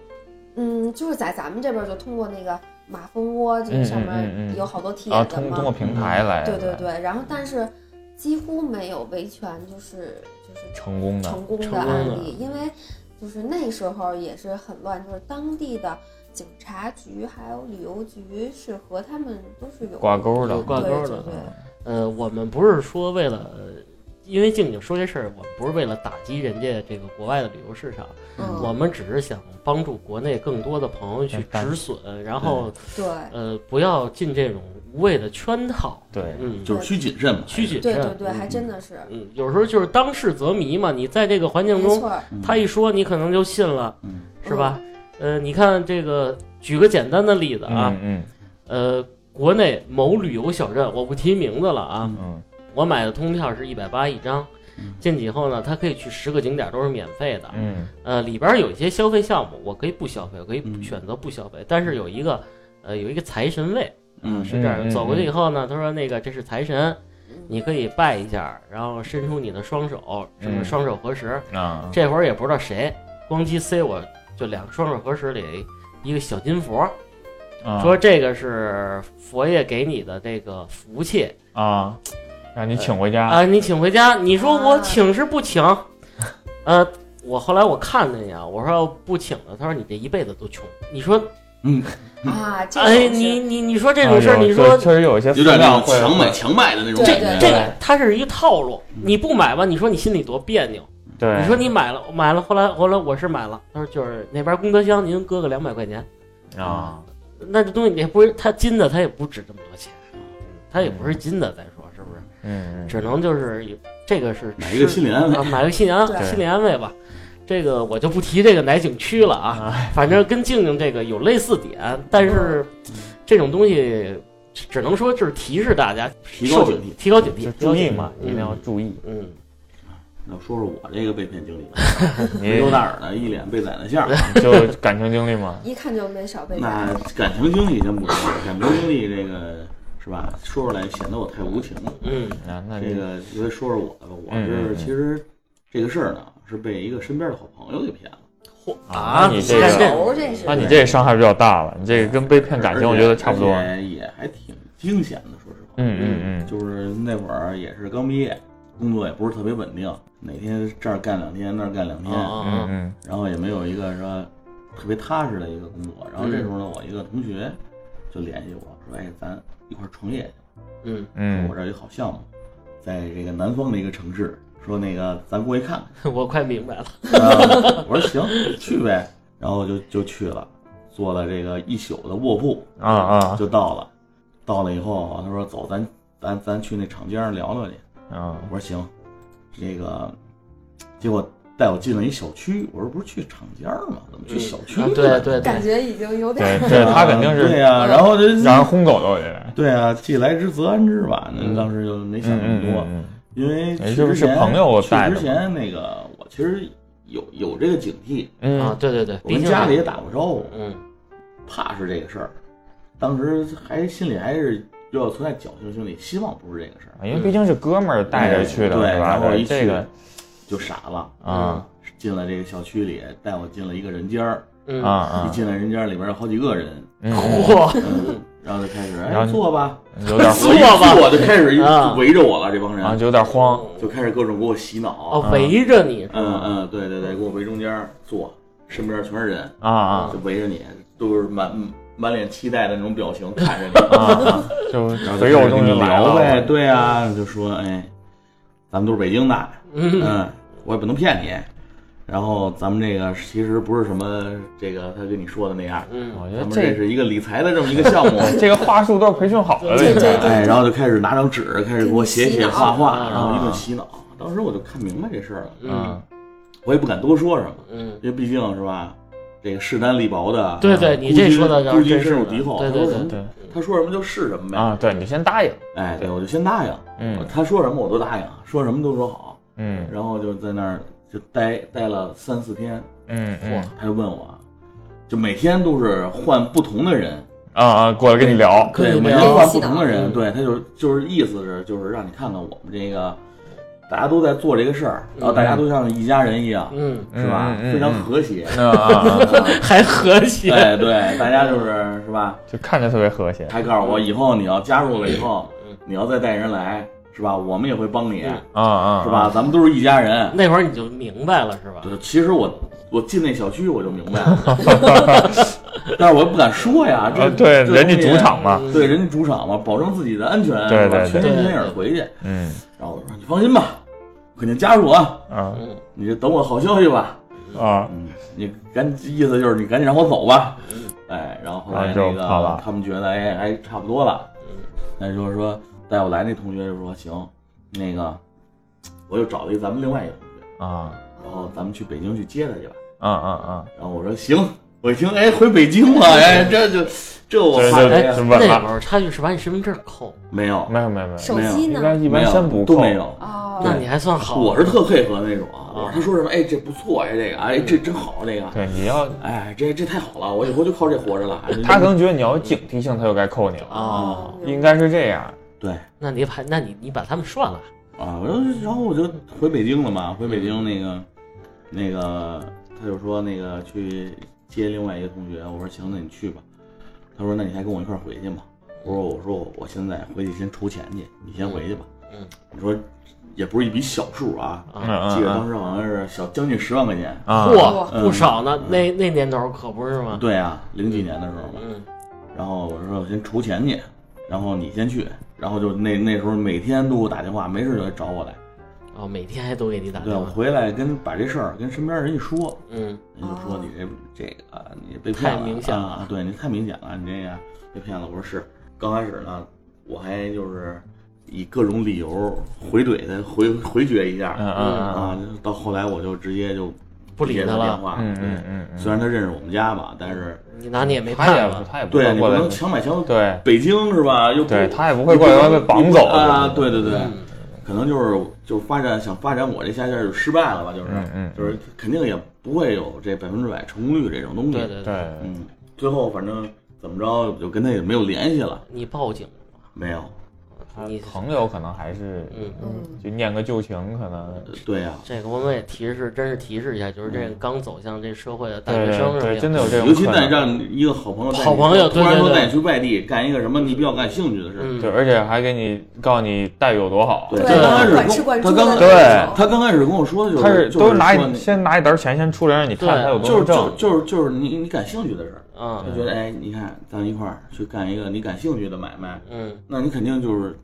[SPEAKER 4] 嗯，就是在咱们这边儿就通过那个马蜂窝这
[SPEAKER 3] 嗯嗯
[SPEAKER 4] 个上
[SPEAKER 3] 嗯嗯
[SPEAKER 4] 面有好多帖
[SPEAKER 3] 啊，
[SPEAKER 4] 子
[SPEAKER 3] 通
[SPEAKER 4] 嘛，
[SPEAKER 3] 通过平台来，
[SPEAKER 4] 对对，对，然后但是几乎没有维权，就是就是
[SPEAKER 3] 嗯成功的，
[SPEAKER 4] 成功
[SPEAKER 1] 成
[SPEAKER 4] 的
[SPEAKER 1] 功
[SPEAKER 4] 案
[SPEAKER 1] 的
[SPEAKER 4] 例，因为就是那时候也是很乱，就是当地的警察局还有旅游局是和他们都是有
[SPEAKER 3] 挂钩的
[SPEAKER 1] 有，挂
[SPEAKER 4] 对
[SPEAKER 1] 钩
[SPEAKER 4] 对
[SPEAKER 1] 的
[SPEAKER 4] 对
[SPEAKER 1] 呃，我们不是说为了，呃因为静静说这事儿，我们不是为了打击人家这个国外的旅游市场，
[SPEAKER 4] 嗯，
[SPEAKER 1] 我们只是想帮助国内更多的朋友去
[SPEAKER 3] 嗯
[SPEAKER 1] 止损，然后
[SPEAKER 4] 对
[SPEAKER 1] 呃不要进这种无谓的圈套，
[SPEAKER 3] 对，
[SPEAKER 1] 嗯，
[SPEAKER 2] 就是需谨慎嘛。
[SPEAKER 1] 需谨
[SPEAKER 4] 对
[SPEAKER 1] 慎。
[SPEAKER 4] 对对，还真的是，
[SPEAKER 1] 嗯，有时候就是当事者迷嘛，你在这个环境
[SPEAKER 4] 没
[SPEAKER 1] 中，
[SPEAKER 4] 错儿，
[SPEAKER 2] 嗯
[SPEAKER 1] 他一说你可能就信了，
[SPEAKER 2] 嗯
[SPEAKER 1] 是吧？呃，你看这个，举个简单的例子啊，
[SPEAKER 3] 嗯
[SPEAKER 1] 呃，国内某旅游小镇，我不提名字了啊，
[SPEAKER 2] 嗯
[SPEAKER 3] 嗯
[SPEAKER 1] 我买的通票是一百八一张，进去以后呢，他可以去十个景点都是免费的。
[SPEAKER 3] 嗯
[SPEAKER 1] 呃，里边儿有一些消费项目，我可以不消费，我可以
[SPEAKER 2] 嗯
[SPEAKER 1] 选择不消费。但是有一个，呃，有一个财神位
[SPEAKER 2] 嗯
[SPEAKER 1] 是这样，
[SPEAKER 3] 嗯嗯
[SPEAKER 1] 走过去以后呢，他说那个这是财神，
[SPEAKER 4] 嗯
[SPEAKER 1] 你可以拜一下，然后伸出你的双手，什么
[SPEAKER 3] 嗯
[SPEAKER 1] 双手合十。
[SPEAKER 3] 啊
[SPEAKER 1] 这会儿也不知道谁，咣叽塞我就两个双手合十里一个小金佛，
[SPEAKER 3] 啊
[SPEAKER 1] 说这个是佛爷给你的这个福气
[SPEAKER 3] 啊，让你请回家
[SPEAKER 1] 啊，你请回家。你说我
[SPEAKER 4] 啊
[SPEAKER 1] 请是不请？呃，我后来我看他一眼，我说不请了，他说你这一辈子都穷。你说，
[SPEAKER 4] 啊，这种
[SPEAKER 1] 哎，
[SPEAKER 4] 是
[SPEAKER 1] 你你你说这
[SPEAKER 3] 这
[SPEAKER 1] 种事儿，你说
[SPEAKER 3] 确实啊有一些
[SPEAKER 2] 嗯有点
[SPEAKER 3] 分
[SPEAKER 2] 那
[SPEAKER 3] 量
[SPEAKER 2] 种
[SPEAKER 3] 会
[SPEAKER 2] 强买强卖的那种
[SPEAKER 4] 对
[SPEAKER 1] 这
[SPEAKER 2] 感觉。啊
[SPEAKER 1] 这
[SPEAKER 4] 对
[SPEAKER 1] 个它是一个套路，你不买吧，你说你心里多别扭。
[SPEAKER 3] 嗯对，
[SPEAKER 1] 你说你买了买了，后来后来我是买了，他说就是那边功德箱您搁个两百块钱，
[SPEAKER 3] 啊，
[SPEAKER 1] 那这东西也不是它金的，它也不值这么多钱，啊它也不是金的，再说是不是？
[SPEAKER 3] 嗯，
[SPEAKER 1] 只能就是有这个是
[SPEAKER 2] 买一个心理安慰
[SPEAKER 1] 啊，买个心理安
[SPEAKER 4] 对
[SPEAKER 1] 心理安慰吧。这个我就不提这个奶景区了啊，反正跟静静这个有类似点，但是
[SPEAKER 3] 嗯
[SPEAKER 1] 这种东西只能说就是提示大家
[SPEAKER 2] 提高
[SPEAKER 1] 受
[SPEAKER 2] 警惕
[SPEAKER 1] 提高警
[SPEAKER 3] 就
[SPEAKER 1] 惕，提高
[SPEAKER 3] 注意
[SPEAKER 1] 警惕
[SPEAKER 3] 嘛，一
[SPEAKER 1] 嗯
[SPEAKER 3] 定要注意。
[SPEAKER 1] 嗯，
[SPEAKER 2] 那我说说我这个被骗经历，
[SPEAKER 3] 你
[SPEAKER 2] 没丢大耳的，一脸被宰的相儿。
[SPEAKER 3] 就感情经历嘛，
[SPEAKER 4] 一看就没少被打。
[SPEAKER 2] 那感情经历先不说，感情经历这个是吧？说出来显得我太无情了。
[SPEAKER 1] 嗯
[SPEAKER 3] 那那
[SPEAKER 2] 这
[SPEAKER 3] 这个
[SPEAKER 2] 个就得说说我的吧，我
[SPEAKER 3] 嗯嗯
[SPEAKER 2] 是
[SPEAKER 3] 嗯
[SPEAKER 2] 其实这个事儿呢，是被一个身边的好朋友给骗了。
[SPEAKER 1] 嚯
[SPEAKER 3] 啊你这
[SPEAKER 1] 你
[SPEAKER 3] 个
[SPEAKER 1] 看
[SPEAKER 4] 仇这是
[SPEAKER 3] 那你这伤害比较大了，你这个跟被骗感情，我觉得差不多。
[SPEAKER 2] 而且也还挺惊险的，说实话。
[SPEAKER 3] 嗯嗯嗯
[SPEAKER 2] 就是那会儿也是刚毕业，工作也不是特别稳定，哪天这儿干两天，那儿干两 天，
[SPEAKER 1] 啊
[SPEAKER 3] 嗯
[SPEAKER 1] 啊
[SPEAKER 3] 嗯
[SPEAKER 2] 然后也没有一个说特别踏实的一个工作。然后
[SPEAKER 1] 嗯
[SPEAKER 2] 这时候呢，我一个同学就联系我说：“哎，咱一块儿创业去。
[SPEAKER 1] 嗯，
[SPEAKER 3] 嗯
[SPEAKER 2] 我这儿有一好项目，在这个南方的一个城市，说那个咱过去看 看。”
[SPEAKER 1] 嗯我快明白了，
[SPEAKER 2] 啊我说行，去呗。然后就就去了，坐了这个一宿的卧铺
[SPEAKER 3] 啊啊
[SPEAKER 2] 就到了。到了以后，他说走，咱咱咱去那厂街上聊聊去。
[SPEAKER 3] 啊
[SPEAKER 2] 我说行，这个结果带我进了一小区。我说不是去厂街儿吗？怎么去小区
[SPEAKER 1] 啊
[SPEAKER 2] 呢？
[SPEAKER 1] 对对
[SPEAKER 4] 感
[SPEAKER 1] 对，
[SPEAKER 4] 觉已经有点
[SPEAKER 3] 对 对，
[SPEAKER 2] 啊
[SPEAKER 3] 他肯定是
[SPEAKER 2] 对呀、然后这
[SPEAKER 3] 让人轰走的，我觉得。
[SPEAKER 2] 对啊，既来之则安之吧。那
[SPEAKER 1] 嗯
[SPEAKER 2] 当时就没想
[SPEAKER 3] 嗯
[SPEAKER 2] 那么
[SPEAKER 3] 嗯
[SPEAKER 2] 多。
[SPEAKER 3] 嗯
[SPEAKER 2] 因为
[SPEAKER 3] 哎
[SPEAKER 2] 去
[SPEAKER 3] 是不
[SPEAKER 2] 之
[SPEAKER 3] 是
[SPEAKER 2] 前
[SPEAKER 3] 朋友
[SPEAKER 2] 去
[SPEAKER 3] 带的
[SPEAKER 2] 之前那个我其实有有这个警惕，
[SPEAKER 3] 嗯
[SPEAKER 1] 啊
[SPEAKER 3] 嗯
[SPEAKER 1] 对对对，
[SPEAKER 2] 我
[SPEAKER 1] 毕
[SPEAKER 2] 跟
[SPEAKER 1] 竟
[SPEAKER 2] 家里也打过招呼，
[SPEAKER 1] 嗯
[SPEAKER 2] 怕是这个事儿，当时还心里还是要存在侥幸心理，希望不是这个事儿，
[SPEAKER 3] 啊
[SPEAKER 2] 哎
[SPEAKER 3] 因为毕竟是哥们儿带着去的，
[SPEAKER 2] 嗯对，
[SPEAKER 3] 是吧？
[SPEAKER 2] 然后一嗯
[SPEAKER 3] 对
[SPEAKER 2] 去
[SPEAKER 3] 这个
[SPEAKER 2] 就傻了，
[SPEAKER 1] 嗯
[SPEAKER 3] 啊
[SPEAKER 2] 进了这个小区里，带我进了一个人间儿，
[SPEAKER 1] 嗯
[SPEAKER 3] 啊啊
[SPEAKER 2] 一，进了人间儿里边有好几个人，
[SPEAKER 3] 嗯
[SPEAKER 1] 嚯，
[SPEAKER 2] 嗯，然后就开始
[SPEAKER 3] 然后
[SPEAKER 2] 哎
[SPEAKER 3] 你
[SPEAKER 2] 坐吧，
[SPEAKER 3] 有点
[SPEAKER 1] 坐
[SPEAKER 2] 我一
[SPEAKER 1] 吧
[SPEAKER 2] 坐就开始一
[SPEAKER 1] 啊
[SPEAKER 2] 围着我了，这帮
[SPEAKER 3] 然后
[SPEAKER 2] 人
[SPEAKER 3] 就有点慌，
[SPEAKER 2] 就开始各种给我洗脑，
[SPEAKER 1] 哦围着你，
[SPEAKER 2] 嗯嗯，对对对，给我围中间儿坐，身边全是人，
[SPEAKER 3] 啊啊
[SPEAKER 2] 就围着你，都是满满脸期待的那种表情看着你。
[SPEAKER 3] 啊 啊，就
[SPEAKER 2] 然后
[SPEAKER 3] 肥肉终于来
[SPEAKER 2] 聊呗，
[SPEAKER 3] 了，
[SPEAKER 2] 对啊，就说哎，咱们都是北京的，
[SPEAKER 1] 嗯
[SPEAKER 2] 嗯，我也不能骗你。然后咱们这个其实不是什么这个他跟你说的那样，
[SPEAKER 1] 嗯
[SPEAKER 3] 我觉
[SPEAKER 2] 咱
[SPEAKER 3] 得
[SPEAKER 2] 们这
[SPEAKER 3] 这
[SPEAKER 2] 是一个理财的这么一个项目。
[SPEAKER 3] 这个话术都是培训好的，
[SPEAKER 4] 对
[SPEAKER 3] 应
[SPEAKER 4] 对
[SPEAKER 3] 该
[SPEAKER 4] 对
[SPEAKER 2] 哎，然后就开始拿张纸开始给我写
[SPEAKER 4] 给你洗
[SPEAKER 2] 写
[SPEAKER 4] 脑
[SPEAKER 2] 画画，
[SPEAKER 1] 啊
[SPEAKER 2] 然后一顿洗脑。当时我就看明白这事儿了，
[SPEAKER 1] 嗯
[SPEAKER 3] 嗯
[SPEAKER 2] 我也不敢多说什么，
[SPEAKER 1] 嗯，
[SPEAKER 2] 因为毕竟是吧，这个势单力薄的，
[SPEAKER 1] 对对，你这说的
[SPEAKER 2] 孤
[SPEAKER 1] 倒
[SPEAKER 2] 军
[SPEAKER 1] 真
[SPEAKER 2] 深
[SPEAKER 1] 是
[SPEAKER 2] 入
[SPEAKER 1] 的
[SPEAKER 2] 敌后，
[SPEAKER 1] 对对对，
[SPEAKER 3] 对
[SPEAKER 2] 他说什么就是什么呗。
[SPEAKER 3] 啊，对，你就先答应，
[SPEAKER 2] 哎，对，我就先答应。
[SPEAKER 3] 嗯
[SPEAKER 2] 他说什么我都答应，啊说什么都说好，
[SPEAKER 3] 嗯
[SPEAKER 2] 然后就在那儿就待待了三四天，
[SPEAKER 3] 嗯嗯
[SPEAKER 2] 他就问我，就每天都是换不同的人，
[SPEAKER 3] 啊啊，过来跟你聊，
[SPEAKER 1] 可以
[SPEAKER 2] 对，每
[SPEAKER 1] 聊
[SPEAKER 2] 天换不同的
[SPEAKER 1] 嗯
[SPEAKER 2] 人，对，他就就是意思是就是让你看看我们这个，大家都在做这个事儿，然后大家都像一家人一样，
[SPEAKER 1] 嗯，
[SPEAKER 2] 是吧？
[SPEAKER 3] 嗯嗯嗯嗯
[SPEAKER 2] 非常和 谐，
[SPEAKER 3] 啊啊，啊
[SPEAKER 1] 还和谐，
[SPEAKER 2] 哎，对，大家就是是吧？
[SPEAKER 3] 就看着特别和谐
[SPEAKER 2] 还告诉我以后你要加入了以后
[SPEAKER 1] 嗯，
[SPEAKER 2] 你要再带人来，是吧？我们也会帮你，
[SPEAKER 1] 嗯
[SPEAKER 3] 啊啊，
[SPEAKER 2] 是吧？咱们都是一家人，
[SPEAKER 1] 那会儿你就明白了是吧？
[SPEAKER 2] 对，其实我我进那小区我就明白了， 但是我又不敢说呀，这
[SPEAKER 3] 啊？对，
[SPEAKER 2] 这
[SPEAKER 3] 人家
[SPEAKER 2] 东西
[SPEAKER 3] 主场嘛，
[SPEAKER 1] 嗯
[SPEAKER 2] 对人家主场嘛，保证自己的安全，
[SPEAKER 3] 对
[SPEAKER 2] 是吧
[SPEAKER 3] 对对
[SPEAKER 2] 全心全意儿回去。
[SPEAKER 3] 嗯
[SPEAKER 2] 然后我说你放心吧，肯定加入啊，
[SPEAKER 3] 啊
[SPEAKER 1] 嗯
[SPEAKER 2] 你就等我好消息吧。
[SPEAKER 3] 啊，
[SPEAKER 2] 嗯，你赶意思就是你赶紧让我走吧。哎，然后后来
[SPEAKER 3] 然后
[SPEAKER 2] 那
[SPEAKER 3] 就跑
[SPEAKER 2] 个
[SPEAKER 3] 了
[SPEAKER 2] 他们觉得哎哎差不多了，那就是说带我来那同学就说行，那个我又找了一咱们另外一个同学，
[SPEAKER 3] 啊
[SPEAKER 2] 然后咱们去北京去接他去吧。
[SPEAKER 3] 啊啊啊！
[SPEAKER 2] 然后我说行，我一听，哎，回北京了，哎，这就这我
[SPEAKER 3] 这
[SPEAKER 2] 怕
[SPEAKER 3] 这
[SPEAKER 2] 呀
[SPEAKER 1] 哎，
[SPEAKER 3] 是
[SPEAKER 1] 那
[SPEAKER 3] 吧
[SPEAKER 1] 会儿他就是把你身份证扣，
[SPEAKER 2] 没有，
[SPEAKER 3] 没有没有没有，
[SPEAKER 4] 手机
[SPEAKER 3] 应该
[SPEAKER 4] 呢？
[SPEAKER 3] 一般先不扣
[SPEAKER 2] 都没。有。
[SPEAKER 4] 哦，
[SPEAKER 1] 那你还算好。
[SPEAKER 2] 我是特配合那种啊，我他说什么哎这不错哎这个哎这真好这个，
[SPEAKER 3] 对，你要
[SPEAKER 2] 哎这这太好了，我以后就靠这活着了。
[SPEAKER 3] 他可能觉得你要有警惕性，他就该扣你了，
[SPEAKER 2] 啊
[SPEAKER 4] 哦，
[SPEAKER 3] 应该是这样。
[SPEAKER 2] 对
[SPEAKER 1] 那你把那你你把他们涮了，
[SPEAKER 2] 啊，我就然后我就回北京了嘛，回北京那个那个他就说那个去接另外一个同学，我说行，那你去吧。他说那你还跟我一块儿回去吗？我说我说我现在回去先筹钱去，你先回去吧。
[SPEAKER 1] 嗯，
[SPEAKER 2] 你说也不是一笔小数啊，
[SPEAKER 3] 嗯
[SPEAKER 2] 记得
[SPEAKER 3] 嗯
[SPEAKER 2] 当时好像是小将近十万块钱。
[SPEAKER 3] 嗯啊，
[SPEAKER 1] 嚯，
[SPEAKER 2] 嗯
[SPEAKER 1] 不少呢。那那年头可不是
[SPEAKER 3] 嗯
[SPEAKER 1] 吗？
[SPEAKER 2] 对啊，零几年的时候吧。
[SPEAKER 1] 嗯，
[SPEAKER 2] 然后我说我先筹钱去，然后你先去，然后就那那时候每天都给我打电话，没事就来找我来。
[SPEAKER 1] 哦，每天还都给你打
[SPEAKER 2] 对，
[SPEAKER 1] 电
[SPEAKER 2] 我
[SPEAKER 1] 话。
[SPEAKER 2] 回来跟把这事儿跟身边人一说，
[SPEAKER 1] 嗯，
[SPEAKER 2] 人家说
[SPEAKER 4] 哦
[SPEAKER 2] 你这这个啊你被骗了，
[SPEAKER 1] 太明显了
[SPEAKER 2] 啊，对你太明显了，你这个被骗了。我说是，刚开始呢，我还就是以各种理由回怼他，回回绝一下
[SPEAKER 3] 嗯嗯
[SPEAKER 2] 啊，到后来我就直接就
[SPEAKER 1] 不理
[SPEAKER 2] 接
[SPEAKER 1] 他
[SPEAKER 2] 他电
[SPEAKER 1] 了，
[SPEAKER 2] 话，
[SPEAKER 3] 嗯
[SPEAKER 2] 啊对
[SPEAKER 3] 嗯嗯嗯，
[SPEAKER 2] 虽然他认识我们家吧，但是
[SPEAKER 1] 你拿你也没
[SPEAKER 3] 他
[SPEAKER 1] 办
[SPEAKER 3] 也不
[SPEAKER 1] 法。
[SPEAKER 3] 他也不
[SPEAKER 2] 对啊
[SPEAKER 3] 会
[SPEAKER 2] 你
[SPEAKER 3] 过
[SPEAKER 2] 不
[SPEAKER 3] 来
[SPEAKER 2] 能，强买强
[SPEAKER 3] 对
[SPEAKER 2] 北京是吧？又不
[SPEAKER 3] 对，他也不会过来被绑走
[SPEAKER 2] 啊！对对对，
[SPEAKER 1] 嗯
[SPEAKER 2] 可能就是就发展想发展我这下线就失败了吧，就是、
[SPEAKER 3] 嗯嗯
[SPEAKER 2] 就是肯定也不会有这百分之百成功率这种东西。
[SPEAKER 1] 对对对，
[SPEAKER 3] 对，
[SPEAKER 2] 嗯，最后反正怎么着就跟他也没有联系了，
[SPEAKER 1] 你报警了
[SPEAKER 2] 没有。
[SPEAKER 1] 吗？你
[SPEAKER 3] 朋友可能还是
[SPEAKER 1] 嗯，
[SPEAKER 4] 嗯，
[SPEAKER 3] 就念个旧情，可能
[SPEAKER 2] 呃对呀、
[SPEAKER 1] 这个我们也提示，真是提示一下，就是这个刚走向这社会的大学生什么
[SPEAKER 3] 嗯对，
[SPEAKER 1] 的
[SPEAKER 3] 真的有这种
[SPEAKER 2] 尤其
[SPEAKER 3] 可
[SPEAKER 2] 在
[SPEAKER 3] 能。
[SPEAKER 2] 让一个好朋友带你
[SPEAKER 1] 好朋友
[SPEAKER 2] 突然
[SPEAKER 1] 对对
[SPEAKER 2] 说
[SPEAKER 1] 对
[SPEAKER 2] 带你去外地干一个什么你比较感兴趣的事，
[SPEAKER 1] 嗯
[SPEAKER 3] 对，而且还给你告诉你待遇有多好。
[SPEAKER 2] 对
[SPEAKER 1] 对
[SPEAKER 2] 他刚开始
[SPEAKER 4] 管吃管住
[SPEAKER 2] 他刚
[SPEAKER 4] 的
[SPEAKER 3] 对
[SPEAKER 4] 那种，
[SPEAKER 2] 他刚开始跟我说的就是
[SPEAKER 3] 他是
[SPEAKER 2] 就是
[SPEAKER 3] 都拿
[SPEAKER 2] 说
[SPEAKER 3] 一
[SPEAKER 2] 你
[SPEAKER 3] 先拿一沓钱先出来让你看
[SPEAKER 1] 对
[SPEAKER 3] 他有多
[SPEAKER 2] 就是
[SPEAKER 3] 么
[SPEAKER 2] 就
[SPEAKER 3] 挣。
[SPEAKER 2] 就是就是你你感兴趣的事儿，
[SPEAKER 1] 嗯
[SPEAKER 2] 就觉得哎，你看咱一块儿去干一个你感兴趣的买卖，
[SPEAKER 1] 嗯，
[SPEAKER 2] 那你肯定就是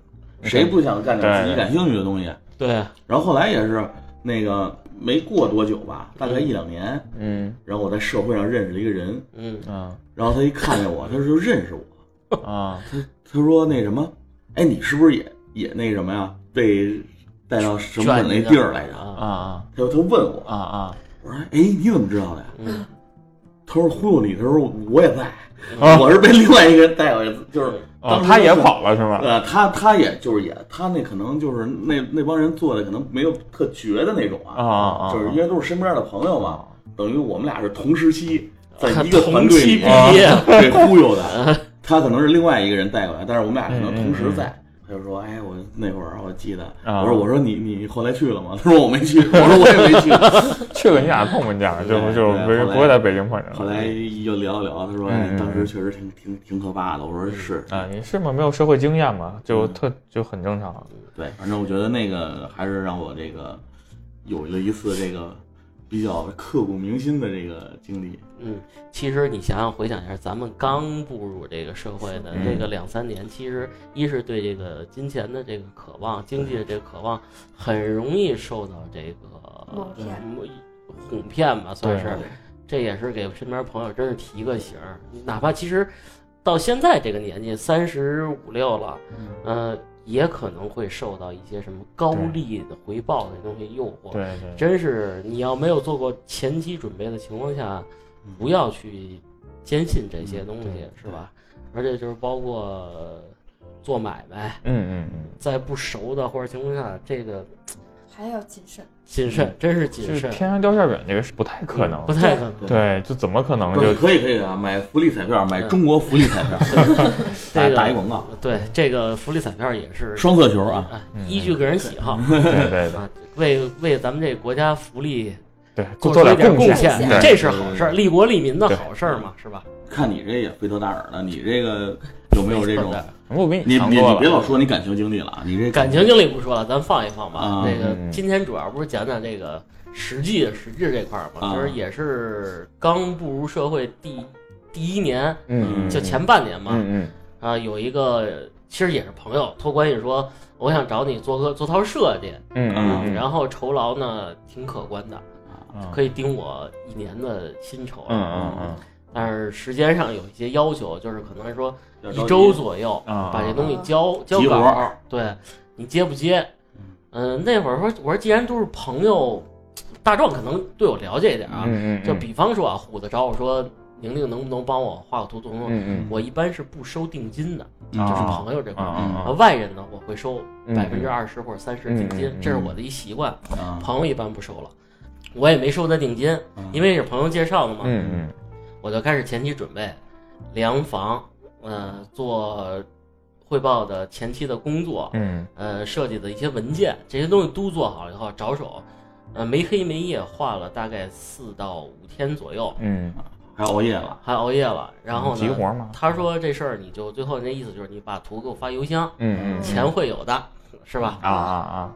[SPEAKER 2] 谁不想干点自己
[SPEAKER 3] 对
[SPEAKER 2] 感兴趣的东西？
[SPEAKER 1] 对，
[SPEAKER 2] 然后后来也是那个没过多久吧，大概一两年，
[SPEAKER 3] 嗯
[SPEAKER 2] 然后我在社会上认识了一个人，
[SPEAKER 1] 嗯
[SPEAKER 3] 嗯
[SPEAKER 2] 然后他一看见我，他就认识我，
[SPEAKER 3] 啊
[SPEAKER 2] 他说那什么，哎，你是不是也也那什么呀？被带到什么
[SPEAKER 1] 卷
[SPEAKER 2] 那
[SPEAKER 1] 你
[SPEAKER 2] 地儿来着？
[SPEAKER 1] 啊，
[SPEAKER 3] 啊
[SPEAKER 2] 他他问我
[SPEAKER 3] 啊，啊
[SPEAKER 2] 我说哎，你怎么知道的呀？
[SPEAKER 1] 嗯
[SPEAKER 2] 他说忽悠你，他说我也在，
[SPEAKER 3] 啊！
[SPEAKER 2] 我是被另外一个带过去，就是
[SPEAKER 3] 哦
[SPEAKER 2] 当，时
[SPEAKER 3] 他也
[SPEAKER 2] 就是
[SPEAKER 3] 跑了是吗？
[SPEAKER 2] 呃，他他也就是也他那可能就是那那帮人做的可能没有特绝的那种
[SPEAKER 3] 啊啊啊啊
[SPEAKER 2] 就是因为都是身边的朋友嘛，等于我们俩是同时期
[SPEAKER 3] 啊
[SPEAKER 2] 在 一个团
[SPEAKER 1] 同
[SPEAKER 2] 队
[SPEAKER 1] 期
[SPEAKER 2] 里啊
[SPEAKER 1] 毕业，
[SPEAKER 2] 被忽悠的，他可能是另外一个人带过来，但是我们俩可
[SPEAKER 3] 嗯
[SPEAKER 2] 能同时在。他就说：“哎，我那会儿我记得，
[SPEAKER 3] 啊
[SPEAKER 2] 我说我说你你后来去了吗？”他 说：“我没去。”我说：“我也没去。
[SPEAKER 3] 去了你俩碰碰见，就
[SPEAKER 2] 对
[SPEAKER 3] 就
[SPEAKER 2] 对
[SPEAKER 3] 不是
[SPEAKER 2] 后来
[SPEAKER 3] 不会在北京碰见”
[SPEAKER 2] 后来又聊了聊，他说：“
[SPEAKER 3] 嗯嗯嗯
[SPEAKER 2] 当时确实挺挺挺可怕的。”我说：“是
[SPEAKER 3] 啊，你是吗？没有社会经验嘛，就特就很正常。啊
[SPEAKER 2] 对，反正我觉得那个还是让我这个有了一次这个比较刻骨铭心的这个经历。
[SPEAKER 1] 嗯，其实你想想回想一下，咱们刚步入这个社会的这
[SPEAKER 3] 嗯
[SPEAKER 1] 个两三年，其实一是对这个金钱的这个渴望、经济的这个渴望，很容易受到这个
[SPEAKER 4] 蒙骗
[SPEAKER 1] 嗯哄骗吧，算是
[SPEAKER 3] 对。
[SPEAKER 1] 这也是给身边朋友真是提个醒儿，哪怕其实到现在这个年纪，三十五六了，呃，也可能会受到一些什么高
[SPEAKER 3] 对
[SPEAKER 1] 利的回报的东西诱惑。
[SPEAKER 3] 对对，
[SPEAKER 1] 真是你要没有做过前期准备的情况下，不要去坚信这些东西，
[SPEAKER 3] 嗯
[SPEAKER 1] 是吧？而且就是包括呃做买卖，
[SPEAKER 3] 嗯嗯嗯，
[SPEAKER 1] 在不熟的或者情况下，这个
[SPEAKER 4] 还要谨慎。
[SPEAKER 1] 谨慎真是嗯
[SPEAKER 3] 就
[SPEAKER 1] 谨
[SPEAKER 3] 嗯是
[SPEAKER 1] 慎，
[SPEAKER 3] 天上掉馅饼这个是不太可能
[SPEAKER 1] 不。太可能。
[SPEAKER 3] 对，就怎么可能
[SPEAKER 2] 不
[SPEAKER 3] 就是
[SPEAKER 2] 可以可以啊，买福利彩票，买中国福利彩票，打
[SPEAKER 1] 嗯这个
[SPEAKER 2] 打一广告，
[SPEAKER 1] 对这个福利彩票也是
[SPEAKER 2] 双色球啊，
[SPEAKER 1] 啊，
[SPEAKER 3] 嗯
[SPEAKER 1] 依据个人喜好
[SPEAKER 3] 对对对
[SPEAKER 1] 啊，为为咱们这个国家福利
[SPEAKER 3] 对，
[SPEAKER 1] 做
[SPEAKER 3] 做
[SPEAKER 1] 出一
[SPEAKER 3] 点
[SPEAKER 1] 点贡
[SPEAKER 3] 献，
[SPEAKER 1] 献，
[SPEAKER 3] 对
[SPEAKER 1] 这是好事儿，利国利民的
[SPEAKER 3] 对
[SPEAKER 1] 好事儿嘛，是吧？
[SPEAKER 2] 看你这也肥头大耳的，你这个有没有 这种？
[SPEAKER 3] 我比
[SPEAKER 2] 你
[SPEAKER 3] 强
[SPEAKER 2] 你
[SPEAKER 3] 多
[SPEAKER 2] 你
[SPEAKER 3] 了。
[SPEAKER 2] 别老说你感情经历了啊，你这
[SPEAKER 1] 感情经历不说了，咱放一放吧
[SPEAKER 2] 啊。
[SPEAKER 1] 这个
[SPEAKER 3] 嗯
[SPEAKER 1] 今天主要不是讲讲这个实际实质这块儿嘛，
[SPEAKER 2] 啊
[SPEAKER 1] 就是也是刚步入社会第第一年，
[SPEAKER 3] 嗯，嗯
[SPEAKER 1] 就前半年嘛，
[SPEAKER 3] 嗯
[SPEAKER 1] 啊，有一个其实也是朋友托关系说，我想找你做个做套设计，
[SPEAKER 3] 嗯嗯嗯，
[SPEAKER 1] 然后酬劳呢挺可观的，
[SPEAKER 3] 嗯
[SPEAKER 1] 可以顶我一年的薪酬了，啊
[SPEAKER 3] 嗯嗯嗯
[SPEAKER 1] 但是时间上有一些要求，就是可能说
[SPEAKER 2] 要着急
[SPEAKER 1] 一周左右
[SPEAKER 3] 啊
[SPEAKER 1] 把这东西交交
[SPEAKER 2] 急活
[SPEAKER 1] 稿
[SPEAKER 2] 儿
[SPEAKER 1] 儿，对你接不接
[SPEAKER 2] 嗯？
[SPEAKER 1] 嗯、那会儿说，我说既然都是朋友，大壮可能对我了解一点啊。
[SPEAKER 3] 嗯嗯，
[SPEAKER 1] 就比方说啊，虎子找我说，宁宁能不能帮我画个图怎么怎么
[SPEAKER 3] 嗯
[SPEAKER 1] 我一般是不收定金的，
[SPEAKER 2] 嗯
[SPEAKER 1] 就是
[SPEAKER 3] 啊
[SPEAKER 1] 朋友这块儿。
[SPEAKER 3] 啊
[SPEAKER 1] 呃外人呢，我会收
[SPEAKER 3] 嗯
[SPEAKER 1] 百分之二十或者三十定金
[SPEAKER 3] 嗯嗯，
[SPEAKER 1] 这是我的一习惯。
[SPEAKER 2] 啊，
[SPEAKER 1] 朋友一般不收了，我也没收他定金，
[SPEAKER 3] 啊
[SPEAKER 1] 因为是朋友介绍的嘛。
[SPEAKER 3] 嗯嗯
[SPEAKER 1] 我就开始前期准备，量房，呃，做汇报的前期的工作，
[SPEAKER 3] 嗯
[SPEAKER 1] 呃，设计的一些文件，这些东西都做好了以后，着手，呃，没黑没夜画了大概四到五天左右，
[SPEAKER 3] 嗯，
[SPEAKER 2] 还熬夜了，
[SPEAKER 1] 还熬夜了。然后
[SPEAKER 3] 急
[SPEAKER 1] 呢，
[SPEAKER 3] 活嘛，
[SPEAKER 1] 他说这事儿你就最后那意思就是你把图给我发邮箱，
[SPEAKER 3] 嗯嗯
[SPEAKER 1] 钱会有的，是吧？
[SPEAKER 3] 啊啊啊，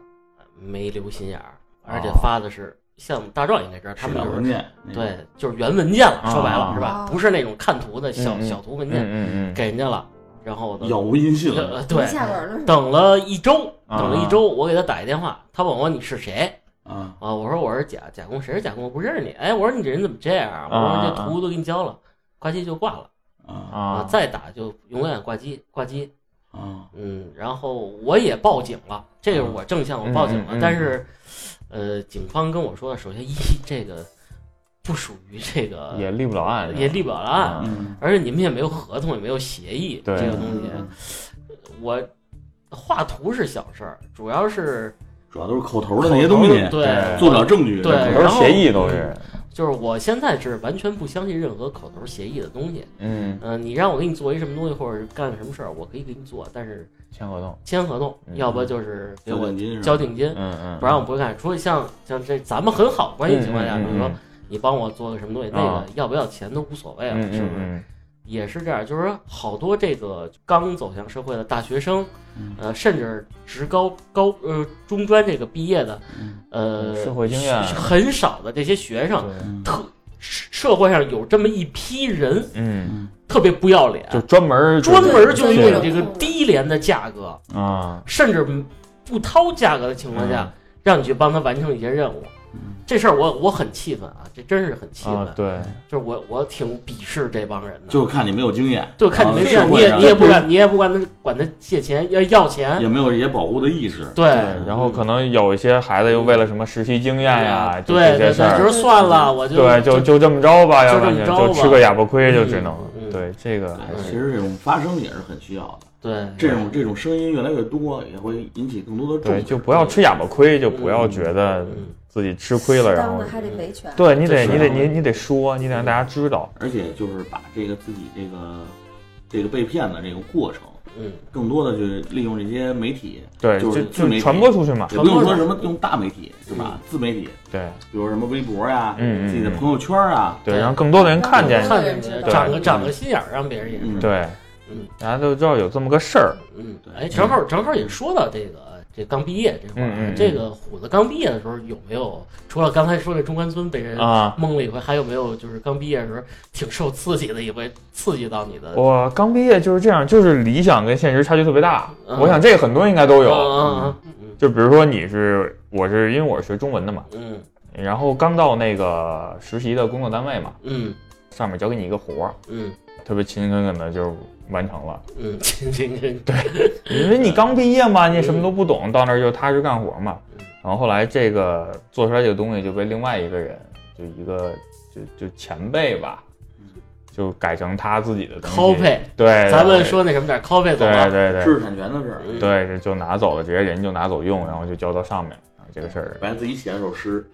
[SPEAKER 1] 没留心眼儿，而且
[SPEAKER 3] 哦
[SPEAKER 1] 发的是像大壮应该知道，他们
[SPEAKER 2] 是
[SPEAKER 1] 就是
[SPEAKER 2] 文件，那个，
[SPEAKER 1] 对，就是原文件了，
[SPEAKER 3] 啊
[SPEAKER 1] 说白了是吧
[SPEAKER 4] 啊？
[SPEAKER 1] 不是那种看图的小
[SPEAKER 3] 嗯嗯
[SPEAKER 1] 小图文
[SPEAKER 3] 嗯
[SPEAKER 1] 件，
[SPEAKER 3] 嗯嗯
[SPEAKER 1] 给人家了，然后呢
[SPEAKER 2] 杳无音讯
[SPEAKER 1] 呃
[SPEAKER 2] 了，
[SPEAKER 1] 对
[SPEAKER 4] 下边儿了是吧？
[SPEAKER 1] 等了一周，
[SPEAKER 3] 啊
[SPEAKER 1] 等了一周，我给他打一电话，他问我你是谁
[SPEAKER 2] 啊，
[SPEAKER 1] 啊？我说我是贾贾工，谁是贾工？我不认识你。哎，我说你这人怎么这样啊？我说这图都给你交了，挂机就挂了
[SPEAKER 2] 啊
[SPEAKER 1] 啊，
[SPEAKER 3] 啊，
[SPEAKER 1] 再打就永远挂机挂机。
[SPEAKER 2] 啊，
[SPEAKER 1] 嗯，然后我也报警了，这个我正向我报警了，
[SPEAKER 3] 嗯嗯嗯嗯
[SPEAKER 1] 但是，呃，警方跟我说，首先一这个不属于这个
[SPEAKER 3] 也立不了案，
[SPEAKER 1] 也立不了案，
[SPEAKER 3] 啊
[SPEAKER 2] 嗯，
[SPEAKER 1] 而且你们也没有合同，也没有协议，
[SPEAKER 3] 对
[SPEAKER 1] 这个东西，我画图是小事儿，主要是
[SPEAKER 2] 主要都是口头的那些东西，
[SPEAKER 1] 口头对，
[SPEAKER 2] 做不了证据，
[SPEAKER 1] 对
[SPEAKER 3] 都是协议都是，
[SPEAKER 1] 就是我现在是完全不相信任何口头协议的东西。
[SPEAKER 3] 嗯，
[SPEAKER 1] 嗯、你让我给你做一什么东西，或者是干什么事儿，我可以给你做，但是
[SPEAKER 3] 签合同，
[SPEAKER 1] 签合同，
[SPEAKER 3] 嗯
[SPEAKER 1] 要不就是给
[SPEAKER 2] 交
[SPEAKER 1] 我
[SPEAKER 2] 定金是吧
[SPEAKER 1] 交定金，
[SPEAKER 3] 嗯嗯，
[SPEAKER 1] 不然我不会干。除了像像这咱们很好关系情况下，
[SPEAKER 3] 嗯嗯嗯
[SPEAKER 1] 比如说你帮我做个什么东西，那
[SPEAKER 3] 啊
[SPEAKER 1] 个要不要钱都无所谓了，
[SPEAKER 3] 嗯
[SPEAKER 1] 是不是？
[SPEAKER 3] 嗯
[SPEAKER 1] 也是这样，就是说好多这个刚走向社会的大学生，
[SPEAKER 2] 嗯
[SPEAKER 1] 呃，甚至职高高呃中专这个毕业的，
[SPEAKER 2] 嗯
[SPEAKER 1] 呃，
[SPEAKER 3] 社会经验啊
[SPEAKER 1] 是很少的这些学生，
[SPEAKER 3] 对，
[SPEAKER 2] 嗯
[SPEAKER 1] 特社社会上有这么一批人
[SPEAKER 3] 嗯，
[SPEAKER 1] 特别不要脸，
[SPEAKER 3] 就专门
[SPEAKER 1] 专门就用这
[SPEAKER 4] 对
[SPEAKER 1] 个低廉的价格，
[SPEAKER 3] 啊，
[SPEAKER 1] 甚至不掏价格的情况
[SPEAKER 3] 嗯
[SPEAKER 1] 下，让你去帮他完成一些任务。
[SPEAKER 2] 嗯
[SPEAKER 1] 这事儿我我很气愤啊，这真是很气愤，
[SPEAKER 3] 啊，对，
[SPEAKER 1] 就是我我挺鄙视这帮人的，
[SPEAKER 2] 就是看你没有经验，
[SPEAKER 1] 就看你没
[SPEAKER 2] 啊
[SPEAKER 1] 事儿，
[SPEAKER 2] 社
[SPEAKER 1] 你
[SPEAKER 2] 会
[SPEAKER 1] 也
[SPEAKER 2] 上
[SPEAKER 1] 你也不敢，你也不管他管他借钱要要
[SPEAKER 3] 哎
[SPEAKER 1] 钱，
[SPEAKER 2] 也没有一些保护的意识，
[SPEAKER 1] 对
[SPEAKER 3] 对，然后可能有一些孩子又为了什么实习经验呀，就
[SPEAKER 1] 对
[SPEAKER 3] 这
[SPEAKER 1] 对
[SPEAKER 3] 些事
[SPEAKER 1] 对，就
[SPEAKER 3] 儿，
[SPEAKER 1] 是算了，我就
[SPEAKER 3] 对，就就这么着吧，要不然就吃个哑巴亏，就只能
[SPEAKER 1] 嗯嗯
[SPEAKER 3] 对这个还
[SPEAKER 2] 哎其
[SPEAKER 3] 是
[SPEAKER 2] 实这种发声也是很需要的，
[SPEAKER 1] 对
[SPEAKER 2] 这种这种声音越来越多，也会引起更多的重
[SPEAKER 3] 对，
[SPEAKER 2] 视，
[SPEAKER 3] 就不要吃哑巴亏，就不要觉得
[SPEAKER 1] 嗯
[SPEAKER 3] 自己吃亏了，然
[SPEAKER 4] 当
[SPEAKER 3] 后
[SPEAKER 4] 的还得维权。
[SPEAKER 3] 对你得
[SPEAKER 1] 就是
[SPEAKER 3] 你得你你得说，你得让大家知道，
[SPEAKER 2] 而且就是把这个自己这个这个被骗的这个过程，
[SPEAKER 1] 嗯
[SPEAKER 2] 更多的就是利用这些媒体，
[SPEAKER 3] 对，
[SPEAKER 2] 就
[SPEAKER 3] 就是
[SPEAKER 2] 自媒
[SPEAKER 3] 就
[SPEAKER 2] 体
[SPEAKER 3] 啊传播出去嘛，
[SPEAKER 2] 也不用说什么用大媒体是吧？自媒体，
[SPEAKER 3] 对
[SPEAKER 2] 比如什么微博呀、
[SPEAKER 3] 嗯嗯
[SPEAKER 2] 自己的朋友圈啊，
[SPEAKER 3] 对，让更多的人看见嗯
[SPEAKER 4] 对，
[SPEAKER 1] 看见你
[SPEAKER 4] 对
[SPEAKER 1] 长个长个心眼儿，让别人也
[SPEAKER 2] 嗯
[SPEAKER 1] 是，
[SPEAKER 3] 对，
[SPEAKER 1] 嗯
[SPEAKER 3] 大家都知道有这么个事儿，
[SPEAKER 1] 嗯，
[SPEAKER 2] 对
[SPEAKER 1] 哎，正好正好也说到这个这刚毕业这块儿
[SPEAKER 3] 嗯嗯
[SPEAKER 1] 啊
[SPEAKER 3] 嗯，
[SPEAKER 1] 这个虎子刚毕业的时候有没有除了刚才说的中关村被人
[SPEAKER 3] 啊
[SPEAKER 1] 蒙了一回，还有没有就是刚毕业的时候挺受刺激的一回，刺激到你的？
[SPEAKER 3] 我刚毕业就是这样，就是理想跟现实差距特别大。
[SPEAKER 1] 嗯
[SPEAKER 3] 我想这个很多人应该都有，
[SPEAKER 1] 嗯嗯
[SPEAKER 3] 就比如说你是，我是因为我是学中文的嘛，
[SPEAKER 1] 嗯
[SPEAKER 3] 然后刚到那个实习的工作单位嘛，
[SPEAKER 1] 嗯
[SPEAKER 3] 上面交给你一个活儿，
[SPEAKER 1] 嗯
[SPEAKER 3] 特别勤勤恳恳的就完成了，
[SPEAKER 1] 嗯，亲亲亲，对，
[SPEAKER 3] 因为你刚毕业嘛，你也什么都不懂，到那儿就踏实干活嘛
[SPEAKER 1] 嗯。
[SPEAKER 3] 然后后来这个做出来这个东西就被另外一个人，就一个就就前辈吧，就改成他自己的东
[SPEAKER 1] 嗯
[SPEAKER 3] 西
[SPEAKER 1] Copy
[SPEAKER 3] 对，
[SPEAKER 1] 咱们
[SPEAKER 3] 对
[SPEAKER 1] 说那什么点儿 copy 走
[SPEAKER 3] 对
[SPEAKER 1] 了，
[SPEAKER 3] 对对
[SPEAKER 2] 知识产权的事儿，
[SPEAKER 1] 嗯，
[SPEAKER 3] 对，就拿走了，直接人就拿走用，然后就交到上面，然后这个事儿，
[SPEAKER 2] 反正自己写了首诗，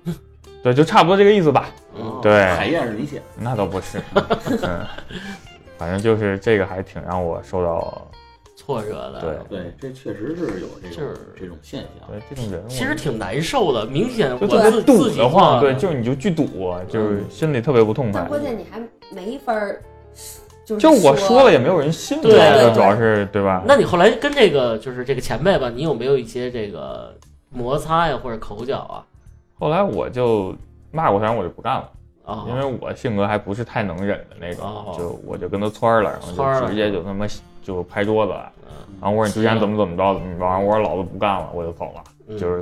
[SPEAKER 3] 对，就差不多这个意思吧。
[SPEAKER 1] 嗯
[SPEAKER 3] 对
[SPEAKER 2] 海燕是你写的，
[SPEAKER 3] 那倒不是，嗯，反正就是这个还挺让我受到，
[SPEAKER 1] 挫折的，
[SPEAKER 3] 对
[SPEAKER 2] 对，这确实是有这
[SPEAKER 1] 就
[SPEAKER 2] 种
[SPEAKER 1] 是
[SPEAKER 2] 这种现象，
[SPEAKER 3] 对这种人物，
[SPEAKER 1] 其实挺难受的，明显
[SPEAKER 3] 就
[SPEAKER 1] 我
[SPEAKER 3] 特
[SPEAKER 1] 自
[SPEAKER 3] 别
[SPEAKER 1] 自
[SPEAKER 3] 堵
[SPEAKER 1] 己
[SPEAKER 3] 得慌，
[SPEAKER 1] 画
[SPEAKER 3] 对，
[SPEAKER 1] 的嗯
[SPEAKER 3] 就是你就巨堵，啊就是心里特别不痛
[SPEAKER 4] 但
[SPEAKER 3] 快。
[SPEAKER 4] 关键你还没法儿，就是
[SPEAKER 3] 就我说了也没有人信我，这
[SPEAKER 4] 对
[SPEAKER 3] 主要是对吧？
[SPEAKER 1] 那你后来跟这个就是这个前辈吧，你有没有一些这个摩擦呀或者口角啊？
[SPEAKER 3] 后来我就骂过他，然后我就不干了，
[SPEAKER 1] 啊，
[SPEAKER 3] 因为我性格还不是太能忍的那种
[SPEAKER 1] 哦，
[SPEAKER 3] 就我就跟他蹿儿了，然
[SPEAKER 1] 蹿儿
[SPEAKER 3] 后就
[SPEAKER 1] 了
[SPEAKER 3] 直接就他妈就拍桌子了。
[SPEAKER 1] 嗯
[SPEAKER 3] 然后我说你之前怎么怎么着怎么着，然后我说老子不干了，我就走了，
[SPEAKER 1] 嗯
[SPEAKER 3] 就是，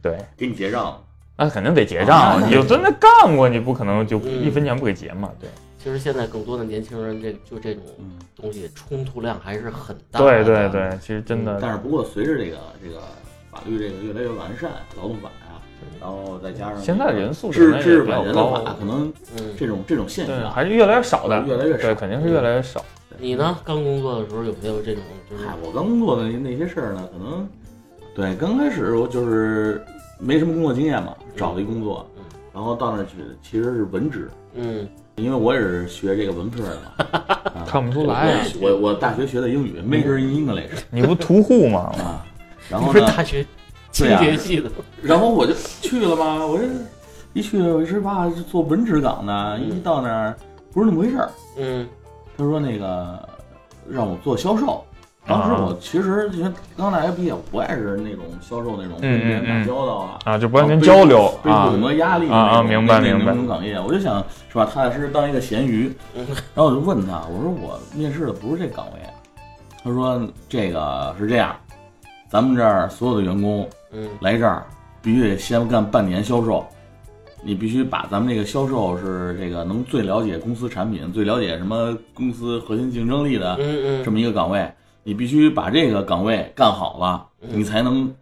[SPEAKER 3] 对，
[SPEAKER 2] 给你结账，
[SPEAKER 3] 那肯定得结账
[SPEAKER 2] 啊，
[SPEAKER 3] 你就真的干过，你不可能就
[SPEAKER 1] 嗯
[SPEAKER 3] 一分钱不给结嘛，对，
[SPEAKER 1] 其实现在更多的年轻人这就这种
[SPEAKER 2] 嗯，
[SPEAKER 1] 东西冲突量还是很大
[SPEAKER 3] 对
[SPEAKER 1] 的。
[SPEAKER 3] 对对，其实真
[SPEAKER 2] 但
[SPEAKER 3] 的，
[SPEAKER 2] 是不过随着这个这个法律这个越来越完善，劳动法呀、然后再加上
[SPEAKER 3] 现在人素质
[SPEAKER 2] 治
[SPEAKER 3] 那也
[SPEAKER 2] 治
[SPEAKER 3] 比较
[SPEAKER 2] 本人的
[SPEAKER 3] 高
[SPEAKER 2] 话，可能
[SPEAKER 1] 嗯，
[SPEAKER 2] 这种这种现
[SPEAKER 3] 对，
[SPEAKER 2] 象，啊
[SPEAKER 3] 还是越来越少的，
[SPEAKER 2] 越来越少
[SPEAKER 3] 对，肯定是越来越少。
[SPEAKER 1] 你呢？刚工作的时候有没有这种就是
[SPEAKER 2] 嗨，我刚工作的那那些事儿呢，可能对刚开始我就是没什么工作经验嘛，找了一工作
[SPEAKER 1] 嗯，
[SPEAKER 2] 然后到那儿去其实是文职，
[SPEAKER 1] 嗯
[SPEAKER 2] 因为我也是学这个文科的嘛。啊
[SPEAKER 3] 看不出来啊
[SPEAKER 2] 我我我大学学的英语，major in English
[SPEAKER 3] 你不屠户吗？
[SPEAKER 2] 啊，然
[SPEAKER 1] 你
[SPEAKER 2] 后
[SPEAKER 1] 不是
[SPEAKER 2] 呢，啊
[SPEAKER 1] 大学清洁系的吗？
[SPEAKER 2] 然后我就去了嘛，我这一去我是吧做文职岗的，
[SPEAKER 1] 嗯
[SPEAKER 2] 一到那儿不是那么回事儿。
[SPEAKER 1] 嗯
[SPEAKER 2] 他说那个让我做销售，当时
[SPEAKER 3] 啊
[SPEAKER 2] 我其实因为刚大学毕业，我不爱是那种销售那种跟
[SPEAKER 3] 嗯嗯
[SPEAKER 2] 别人打
[SPEAKER 3] 嗯
[SPEAKER 2] 交道啊，
[SPEAKER 3] 啊，就不完全交流
[SPEAKER 2] 背负
[SPEAKER 3] 啊
[SPEAKER 2] 很，多压力
[SPEAKER 3] 啊啊
[SPEAKER 2] 那种
[SPEAKER 3] 明白
[SPEAKER 2] 那那
[SPEAKER 3] 明白
[SPEAKER 2] 那种岗业，我就想是吧，踏踏实实当一个咸鱼。
[SPEAKER 1] 嗯
[SPEAKER 2] 然后我就问他，我说我面试的不是这岗位，啊他说这个是这样，咱们这儿所有的员工
[SPEAKER 1] 嗯
[SPEAKER 2] 来这儿必须得先干半年销售，你必须把咱们这个销售是这个能最了解公司产品、最了解什么公司核心竞争力的
[SPEAKER 1] 嗯
[SPEAKER 2] 这么一个岗位，你必须把这个岗位干好了，
[SPEAKER 1] 嗯
[SPEAKER 2] 你才能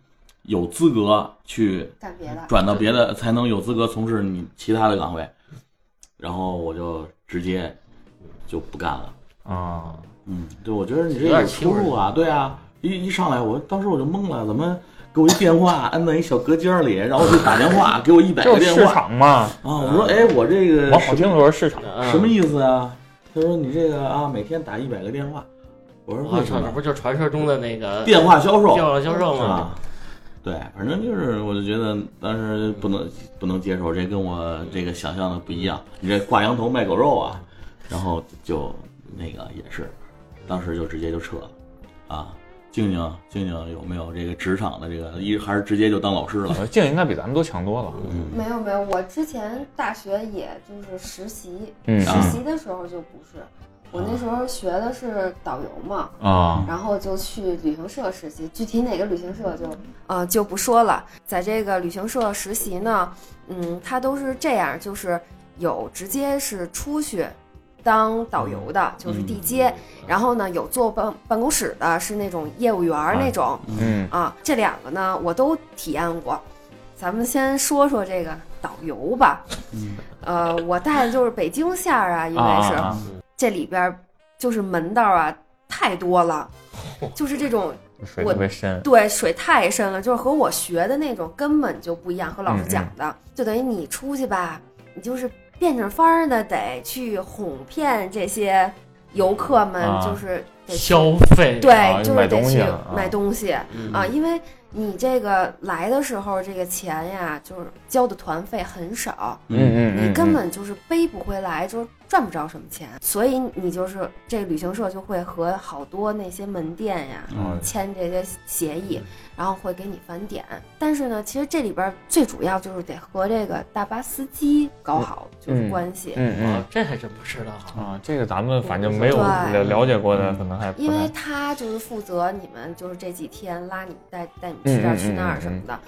[SPEAKER 2] 有资格去
[SPEAKER 4] 干别的，
[SPEAKER 2] 转到别的，才能有资格从事你其他的岗位。然后我就直接就不干了。
[SPEAKER 3] 啊，
[SPEAKER 2] 嗯，对，我觉得你这
[SPEAKER 1] 有点
[SPEAKER 2] 个
[SPEAKER 1] 欺
[SPEAKER 2] 出
[SPEAKER 1] 负人
[SPEAKER 2] 路啊，对啊，一一上来我当时我就懵了，怎么给我一电话 安在一小隔间里，然后就打电话给我一百
[SPEAKER 3] 就
[SPEAKER 2] 个
[SPEAKER 3] 是
[SPEAKER 2] 电
[SPEAKER 3] 市
[SPEAKER 2] 话
[SPEAKER 3] 场嘛，
[SPEAKER 2] 啊？我说哎，我这个
[SPEAKER 3] 往好听的说是市场，
[SPEAKER 1] 嗯，
[SPEAKER 2] 什么意思啊？他说你这个啊，每天打一百个电话。我说
[SPEAKER 1] 我
[SPEAKER 2] 为什
[SPEAKER 1] 操，这
[SPEAKER 2] 么？
[SPEAKER 1] 不就是传说中的那个
[SPEAKER 2] 电话销售
[SPEAKER 1] 电话销售
[SPEAKER 2] 是
[SPEAKER 1] 吗
[SPEAKER 2] 吧？？对，反正就是，我就觉得当时不能不能接受，这跟我这个想象的不一样。你这挂羊头卖狗肉啊，然后就那个也是，当时就直接就撤了啊。静静，静静有没有这个职场的这个一还是直接就当老师了？
[SPEAKER 3] 呃静应该比咱们都强多了。
[SPEAKER 1] 嗯
[SPEAKER 4] 没有没有，我之前大学也就是实习，
[SPEAKER 3] 嗯
[SPEAKER 4] 实习的时候就不是，我那时候学的是导游嘛，
[SPEAKER 3] 啊，
[SPEAKER 4] 然后就去旅行社实习，具体哪个旅行社就呃就不说了。在这个旅行社实习呢，嗯，它都是这样，就是有直接是出去当导游的，
[SPEAKER 3] 嗯
[SPEAKER 4] 就是地接，然后呢有坐办办公室的，是那种业务员儿那种
[SPEAKER 3] 嗯
[SPEAKER 4] 啊。这两个呢我都体验过，咱们先说说这个导游吧。
[SPEAKER 2] 嗯
[SPEAKER 4] 呃，我带的就是北京线儿啊，因
[SPEAKER 3] 啊
[SPEAKER 4] 为
[SPEAKER 3] 啊
[SPEAKER 4] 是。
[SPEAKER 3] 啊，
[SPEAKER 4] 这里边儿就是门道啊太多了， 就是这种
[SPEAKER 3] 水特别深，
[SPEAKER 4] 对水太深了，就是和我学的那种根本就不一样，和
[SPEAKER 3] 嗯
[SPEAKER 4] 老师讲的，就等于你出去吧，你就是变着法儿的得去哄骗这些游客们，
[SPEAKER 3] 啊
[SPEAKER 4] 就是得去
[SPEAKER 1] 消费
[SPEAKER 4] 对，
[SPEAKER 3] 啊
[SPEAKER 4] 就
[SPEAKER 3] 买
[SPEAKER 4] 是得
[SPEAKER 3] 东西
[SPEAKER 4] 去
[SPEAKER 3] 啊啊
[SPEAKER 4] 买东西啊
[SPEAKER 1] 嗯
[SPEAKER 4] 因为你这个来的时候这个钱呀，就是交的团费很少，
[SPEAKER 3] 嗯嗯，
[SPEAKER 4] 你根本就是背不回来，就是赚不着什么钱，所以你就是这旅行社就会和好多那些门店呀
[SPEAKER 2] 嗯
[SPEAKER 4] 签这些协议，然后会给你返点。但是呢，其实这里边最主要就是得和这个大巴司机搞好就是关系，
[SPEAKER 3] 嗯嗯
[SPEAKER 1] 啊，这还真不知道啊。
[SPEAKER 3] 啊，这个咱们反正没有了
[SPEAKER 4] 对
[SPEAKER 3] 了解过的，可能还不
[SPEAKER 4] 因为
[SPEAKER 3] 太
[SPEAKER 4] 他就是负责你们就是这几天拉你带带你去这儿
[SPEAKER 3] 嗯嗯
[SPEAKER 4] 去那
[SPEAKER 3] 嗯
[SPEAKER 4] 儿
[SPEAKER 3] 嗯
[SPEAKER 4] 什么的，